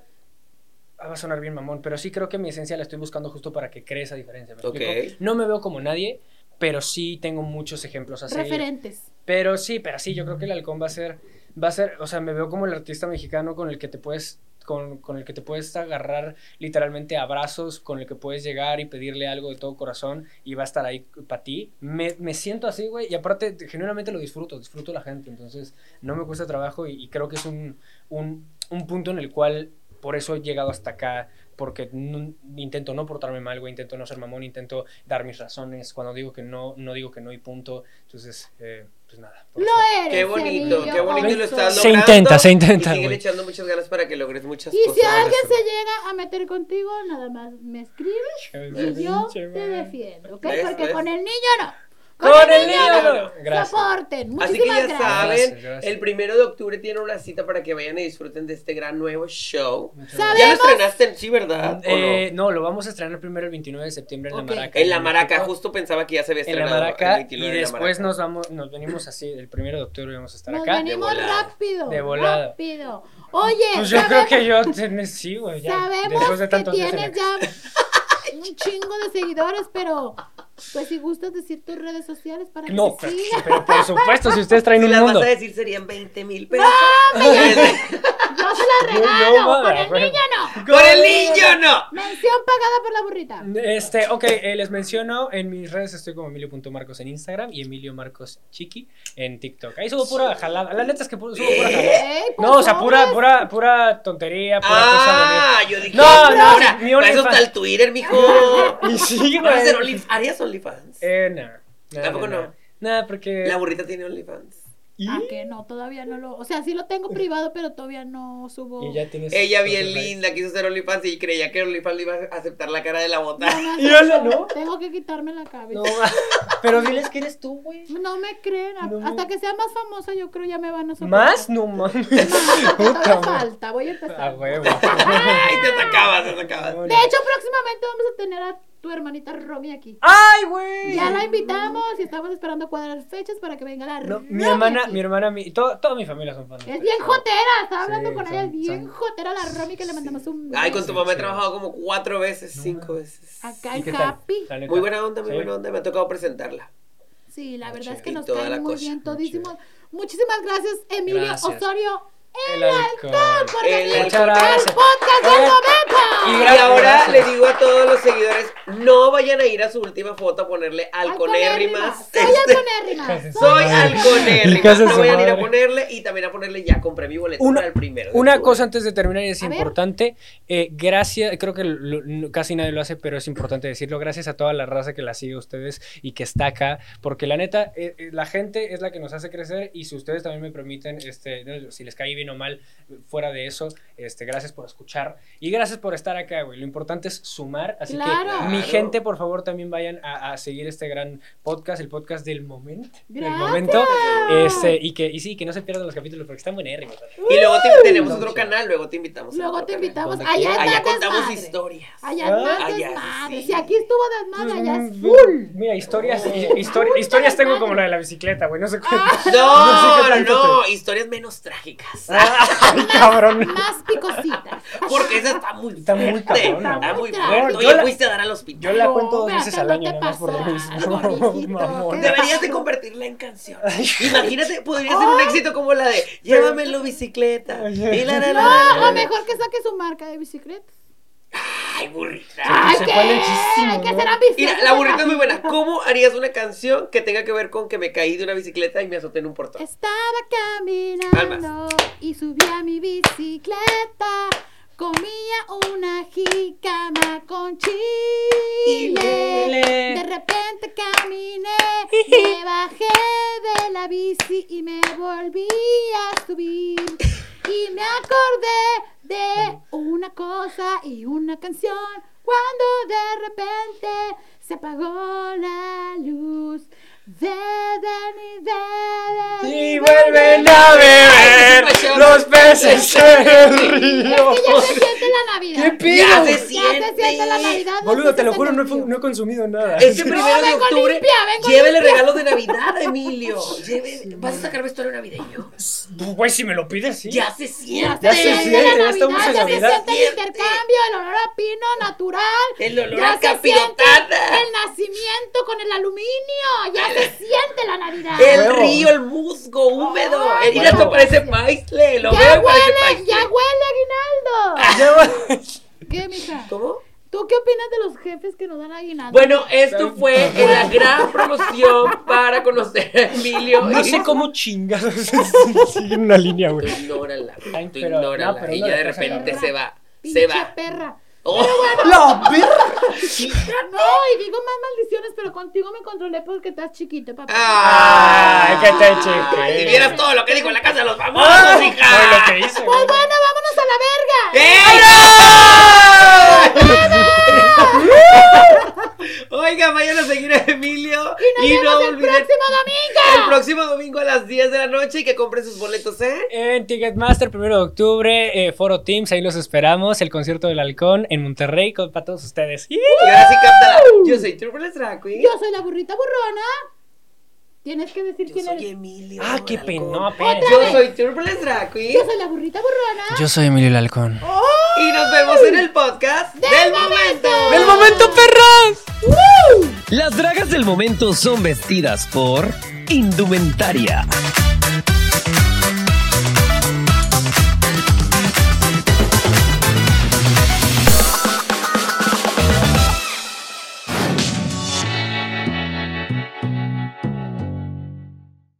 Speaker 3: ah, Va a sonar bien mamón, pero sí creo que mi esencia la estoy buscando justo para que cree esa diferencia. ¿me
Speaker 5: Ok.
Speaker 3: explico? No me veo como nadie, pero sí tengo muchos ejemplos a seguir.
Speaker 2: Referentes.
Speaker 3: Pero sí, pero sí, yo creo que el halcón va a ser, va a ser, o sea, me veo como el artista mexicano con el que te puedes, con, con el que te puedes agarrar literalmente abrazos, con el que puedes llegar y pedirle algo de todo corazón y va a estar ahí para ti. Me, me siento así, güey, y aparte te- genuinamente lo disfruto, disfruto la gente, entonces no me cuesta trabajo y, y creo que es un, un, un punto en el cual por eso he llegado hasta acá. Porque no- intento no portarme mal, güey, intento no ser mamón, intento dar mis razones. Cuando digo que no, no digo que no y punto. Entonces, eh, pues nada. por
Speaker 2: Lo
Speaker 3: eso.
Speaker 2: eres.
Speaker 5: Qué bonito,
Speaker 2: Emilio
Speaker 5: qué bonito y lo
Speaker 2: Alonso.
Speaker 5: estás
Speaker 3: Se
Speaker 5: logrando.
Speaker 3: intenta, se intenta,
Speaker 5: Y siguen
Speaker 3: güey.
Speaker 5: echando muchas ganas para que logres muchas
Speaker 2: Y
Speaker 5: cosas.
Speaker 2: si alguien se llega a meter contigo, nada más me escribes y yo te
Speaker 3: Pinche madre.
Speaker 2: defiendo, ¿ok?
Speaker 5: ¿Ves?
Speaker 2: Porque
Speaker 5: ¿Ves?
Speaker 2: con el niño no.
Speaker 3: Con el niño.
Speaker 2: Gracias.
Speaker 3: Gracias.
Speaker 2: Soporten. Muchísimas
Speaker 5: Así que ya
Speaker 2: gracias.
Speaker 5: saben,
Speaker 3: Gracias, gracias.
Speaker 5: el primero de octubre tiene una cita para que vayan y disfruten de este gran nuevo show.
Speaker 3: Muchas
Speaker 2: ¿Sabe?
Speaker 3: gracias.
Speaker 5: Ya lo
Speaker 2: Sabemos-
Speaker 5: estrenaste en sí, ¿verdad? ¿O no?
Speaker 3: Eh, no, lo vamos a estrenar primero el 29 de septiembre en
Speaker 2: Ok.
Speaker 3: la Maraca.
Speaker 5: En la Maraca,
Speaker 3: México.
Speaker 5: justo pensaba que ya se había
Speaker 3: En la
Speaker 5: estrenado. el
Speaker 3: Maraca.
Speaker 5: 29
Speaker 3: y
Speaker 5: de la
Speaker 3: después
Speaker 5: Maraca.
Speaker 3: nos vamos, nos venimos así, el primero de octubre vamos a estar
Speaker 2: Nos
Speaker 3: acá.
Speaker 2: venimos
Speaker 5: de volada.
Speaker 2: rápido.
Speaker 3: De volada.
Speaker 2: Rápido. Oye,
Speaker 3: Pues yo creo
Speaker 2: sabemos-
Speaker 3: que yo ten- sí, güey. ya,
Speaker 2: Sabemos
Speaker 3: Después de
Speaker 2: que
Speaker 3: tantos días en la
Speaker 2: tienes ya un chingo de seguidores, pero pues si gustas decir tus redes sociales para que
Speaker 3: No,
Speaker 2: te
Speaker 3: pero,
Speaker 2: sigan.
Speaker 3: pero por supuesto, si ustedes traen
Speaker 5: Si
Speaker 3: un
Speaker 5: las
Speaker 3: mundo.
Speaker 5: vas a decir serían 20 mil pesos. ¡No!
Speaker 2: Yo se las
Speaker 3: Yo
Speaker 2: regalo,
Speaker 3: no,
Speaker 2: con
Speaker 3: madre,
Speaker 2: el
Speaker 3: güey.
Speaker 2: niño no.
Speaker 5: ¡Con el niño no!
Speaker 2: Mención pagada por la burrita.
Speaker 3: Este, ok, eh, les menciono en mis redes estoy como Emilio.marcos en Instagram y Emilio Marcos Chiqui en TikTok. Ahí subo pura jalada. La neta es que pu- subo pura jalada.
Speaker 2: Ey, pues,
Speaker 3: No, o sea, pura,
Speaker 2: sobres.
Speaker 3: pura, pura tontería, pura
Speaker 5: ¡Ah! Yo dije,
Speaker 3: No,
Speaker 5: no,
Speaker 3: no,
Speaker 5: mira,
Speaker 3: ni
Speaker 5: para eso
Speaker 3: OnlyFans.
Speaker 5: está el Twitter, mijo.
Speaker 3: cosa de. Y sí,
Speaker 5: ¿Vas a hacer
Speaker 3: güey.
Speaker 5: OnlyFans? ¿Harías OnlyFans?
Speaker 3: Eh, no. No,
Speaker 5: Tampoco
Speaker 3: no,
Speaker 5: no.
Speaker 3: No, porque.
Speaker 5: La burrita tiene OnlyFans.
Speaker 3: ¿Y?
Speaker 2: Ah, que no, todavía no lo. O sea, sí lo tengo privado, pero todavía no subo.
Speaker 3: Y ya tienes.
Speaker 5: Ella bien
Speaker 3: copyright.
Speaker 5: linda quiso ser OnlyFans y creía que OnlyFans le iba a aceptar la cara de la bota.
Speaker 2: No, no,
Speaker 3: ¿Y ella no?
Speaker 2: Tengo que quitarme la cabeza.
Speaker 3: No, pero diles que eres tú, güey.
Speaker 2: No, me creen. a-
Speaker 3: No me-
Speaker 2: Hasta que sea más famosa, yo creo ya me van a soportar.
Speaker 3: ¿Más? No mames.
Speaker 2: Más, todavía
Speaker 3: Puta, Ah, güey.
Speaker 2: falta, voy a empezar.
Speaker 3: A huevo.
Speaker 5: Ay, te atacabas, te atacabas.
Speaker 2: De hecho, próximamente vamos a tener a tu hermanita Romy aquí.
Speaker 3: ¡Ay, güey!
Speaker 2: Ya la invitamos y estamos esperando cuadrar fechas para que venga la
Speaker 3: No,
Speaker 2: Romy
Speaker 3: mi hermana,
Speaker 2: aquí.
Speaker 3: mi hermana, mi, todo- toda mi familia son fans. de
Speaker 2: Es
Speaker 3: ustedes.
Speaker 2: bien jotera, estaba hablando
Speaker 3: Sí,
Speaker 2: con ella,
Speaker 3: son-
Speaker 2: es bien
Speaker 3: son-
Speaker 2: jotera la Romy que le mandamos un
Speaker 5: Ay, con tu
Speaker 2: beso.
Speaker 5: mamá he
Speaker 3: Sí.
Speaker 5: trabajado como cuatro veces, cinco veces.
Speaker 2: acá
Speaker 3: ¿Y
Speaker 2: en
Speaker 3: qué tal?
Speaker 2: Capi.
Speaker 3: La neta.
Speaker 5: Muy buena onda, muy
Speaker 3: Sí.
Speaker 5: buena onda. Me ha tocado presentarla.
Speaker 2: Sí, la verdad es que
Speaker 5: Y
Speaker 2: nos
Speaker 5: toda la
Speaker 2: cae muy
Speaker 5: cosa,
Speaker 2: bien
Speaker 3: muy
Speaker 2: todísimos. Muchísimas gracias, Emilio
Speaker 3: Gracias.
Speaker 2: Osorio, el,
Speaker 3: El halcón.
Speaker 2: halcón, por
Speaker 5: El
Speaker 2: venir
Speaker 5: halcón.
Speaker 2: al
Speaker 3: Muchas gracias.
Speaker 2: podcast del
Speaker 3: Oigan,
Speaker 2: momento.
Speaker 5: Y,
Speaker 3: Y gracias,
Speaker 5: ahora
Speaker 3: Ah, gracias.
Speaker 5: le digo a todos los seguidores, no vayan a ir a su última foto a ponerle alconérrimas.
Speaker 2: Soy
Speaker 5: Este,
Speaker 2: alconérrimas.
Speaker 5: Soy
Speaker 3: Madre. Y
Speaker 5: alconérrimas.
Speaker 3: casa de
Speaker 5: No
Speaker 3: su
Speaker 5: vayan a ir a
Speaker 3: madre.
Speaker 5: ponerle y también a ponerle ya, compré mi boleto
Speaker 3: Una-
Speaker 5: para el primero. de
Speaker 3: Una
Speaker 5: octubre.
Speaker 3: cosa antes de terminar y es
Speaker 2: A ver.
Speaker 3: importante, eh, gracias, creo que lo- lo- casi nadie lo hace, pero es importante decirlo, gracias a toda la raza que la sigue a ustedes y que está acá, porque la neta, eh, eh, la gente es la que nos hace crecer y si ustedes también me permiten, este, no, si les cae bien o mal, fuera de eso, este, gracias por escuchar y gracias por estar acá, güey. Lo importante es sumar, así
Speaker 2: Claro.
Speaker 3: que mi
Speaker 5: Claro.
Speaker 3: gente, por favor, también vayan a, a seguir este gran podcast, el podcast del momento, del
Speaker 2: Gracias.
Speaker 3: momento, este, y que y sí, que no se pierdan los capítulos porque están buenérrimos. ¿verdad?
Speaker 5: Y luego te- tenemos
Speaker 3: Uy.
Speaker 5: otro canal, luego te invitamos. a
Speaker 2: Luego
Speaker 5: otro
Speaker 2: te
Speaker 5: canal.
Speaker 2: invitamos.
Speaker 3: donde
Speaker 2: Allá
Speaker 3: quiera.
Speaker 2: es
Speaker 5: Allá
Speaker 2: más
Speaker 5: contamos
Speaker 2: desmadre.
Speaker 5: historias.
Speaker 2: Allá es más
Speaker 3: Ah,
Speaker 5: allá
Speaker 2: desmadre.
Speaker 5: sí.
Speaker 2: Si aquí estuvo desmadre, allá es
Speaker 3: Mm,
Speaker 2: full.
Speaker 3: Mira, historias,
Speaker 5: Oh.
Speaker 3: histori-
Speaker 2: Full
Speaker 3: historias tengo
Speaker 2: desmadre.
Speaker 3: como la de la bicicleta, güey. No sé cuál.
Speaker 5: No,
Speaker 3: No sé
Speaker 5: no,
Speaker 3: qué tanto
Speaker 5: no, historias menos trágicas.
Speaker 2: Ah,
Speaker 3: Ay, cabrón.
Speaker 2: Más picositas.
Speaker 5: Porque esa está muy
Speaker 3: Está muy
Speaker 5: fuerte,
Speaker 3: cabrona,
Speaker 5: Está muy
Speaker 2: güey.
Speaker 5: fuerte.
Speaker 3: No,
Speaker 5: Oye,
Speaker 3: yo la-
Speaker 5: fuiste a dar al hospital.
Speaker 3: Yo la
Speaker 2: No,
Speaker 3: cuento dos
Speaker 2: pero
Speaker 3: veces
Speaker 2: acá
Speaker 3: al
Speaker 2: no
Speaker 3: año,
Speaker 2: te
Speaker 3: nada más por lo
Speaker 2: pasas,
Speaker 3: mismo.
Speaker 2: mijito,
Speaker 3: Mamón.
Speaker 2: ¿qué?
Speaker 5: Deberías de convertirla en canción. Imagínate, podría ser un éxito como la de Llévame en la bicicleta. Y la, la, la, la,
Speaker 2: No,
Speaker 5: la.
Speaker 2: o mejor que saque su marca de bicicleta.
Speaker 5: Ay, burrita.
Speaker 2: Ay,
Speaker 3: se
Speaker 2: ¿qué?
Speaker 3: fue lejísimo,
Speaker 2: Hay que
Speaker 3: ¿no?
Speaker 2: hacer ambiciosos.
Speaker 5: Mira, la burrita es muy buena. ¿Cómo harías una canción que tenga que ver con que me caí de una bicicleta y me azoté en un portón?
Speaker 2: Estaba caminando
Speaker 5: Palmas.
Speaker 2: y subí a mi bicicleta. Comía una jícama con chile. De repente caminé, me bajé de la bici y me volví a subir. Y me acordé de una cosa y una canción cuando de repente se apagó la luz. Deben y deben
Speaker 3: Y vuelven a beber
Speaker 5: Ay, sí, pasión.
Speaker 3: los peces del río.
Speaker 2: Es que ya se siente la Navidad.
Speaker 3: ¿Qué pido?
Speaker 5: Ya
Speaker 2: Ya
Speaker 5: se
Speaker 2: se siente la
Speaker 5: siente.
Speaker 2: Navidad.
Speaker 3: Boludo, te lo juro, no he,
Speaker 2: fue
Speaker 3: fu- no he consumido nada.
Speaker 5: Este primero de
Speaker 2: vengo
Speaker 5: octubre,
Speaker 2: limpia, vengo
Speaker 5: llévele
Speaker 2: limpia.
Speaker 5: regalo de Navidad, Emilio. Lleve- ¿Vas a sacar vestuario navideño?
Speaker 3: Güey, si me lo pides, sí.
Speaker 5: Ya se siente.
Speaker 3: Ya se siente, ya
Speaker 2: la
Speaker 3: estamos
Speaker 2: Navidad,
Speaker 3: en
Speaker 2: ya
Speaker 3: Navidad.
Speaker 2: se siente el intercambio, el olor a pino natural.
Speaker 5: El olor
Speaker 2: ya
Speaker 5: a
Speaker 2: se siente
Speaker 5: capirotana.
Speaker 2: el nacimiento con el aluminio. Ya se siente la Navidad.
Speaker 5: El
Speaker 3: Huevo.
Speaker 5: río, el musgo húmedo.
Speaker 2: Ay,
Speaker 5: el mira, esto
Speaker 3: huevo.
Speaker 5: parece paisle. Lo
Speaker 2: ya
Speaker 5: veo y parece
Speaker 2: huele,
Speaker 5: paisle.
Speaker 2: ya huele aguinaldo.
Speaker 3: Ya va-
Speaker 2: ¿Qué, mija?
Speaker 5: ¿Cómo?
Speaker 2: ¿Tú qué opinas de los jefes que nos dan aguinaldo?
Speaker 5: Bueno, esto fue la gran promoción para conocer a Emilio.
Speaker 3: No sé cómo chingados siguen una línea, güey.
Speaker 5: Ignórala,
Speaker 3: Ay,
Speaker 5: tú
Speaker 3: pero-
Speaker 5: ignórala.
Speaker 3: no, pero
Speaker 5: y
Speaker 3: no
Speaker 5: ya
Speaker 3: le
Speaker 5: de
Speaker 3: pasa
Speaker 5: repente
Speaker 2: nada.
Speaker 5: se va.
Speaker 2: pinche
Speaker 5: Se va.
Speaker 2: perra.
Speaker 5: Oh,
Speaker 3: La verga.
Speaker 2: No, y digo más maldiciones, pero contigo me controlé porque estás chiquito, papá.
Speaker 5: Ah. Ay,
Speaker 3: qué te chiqué.
Speaker 5: Si vieras todo lo que dijo en la casa de los famosos,
Speaker 3: Ay,
Speaker 5: hija.
Speaker 3: lo que hice,
Speaker 2: Pues
Speaker 3: güey.
Speaker 2: bueno, vámonos a la
Speaker 5: Eh,
Speaker 2: verga.
Speaker 5: ¡Eso! Oiga, vayan a seguir a Emilio
Speaker 2: Y nos vemos el
Speaker 5: olviden
Speaker 2: próximo domingo.
Speaker 5: el próximo domingo a las 10 de la noche y que compren sus boletos, ¿eh?
Speaker 3: En Ticketmaster, primero de octubre, eh, Foro Teams, ahí los esperamos. El concierto del Halcón en Monterrey con, para todos ustedes.
Speaker 5: Y ahora sí, cáptala. Yo soy Turbulence Drag Queen.
Speaker 2: Yo soy la burrita burrona. Tienes que decir
Speaker 5: Yo
Speaker 2: quién
Speaker 5: soy
Speaker 2: eres.
Speaker 5: Emilio.
Speaker 3: Ah, qué
Speaker 5: Alarcón.
Speaker 3: pena. No, espérense.
Speaker 5: Yo soy Turbulence Drag Queen.
Speaker 2: Yo soy la burrita burrona.
Speaker 3: Yo soy Emilio el Halcón.
Speaker 5: Y nos vemos en el podcast
Speaker 2: ¡Del momento!
Speaker 3: ¡Del momento, perros!
Speaker 1: Las dragas del momento son vestidas por indumentaria.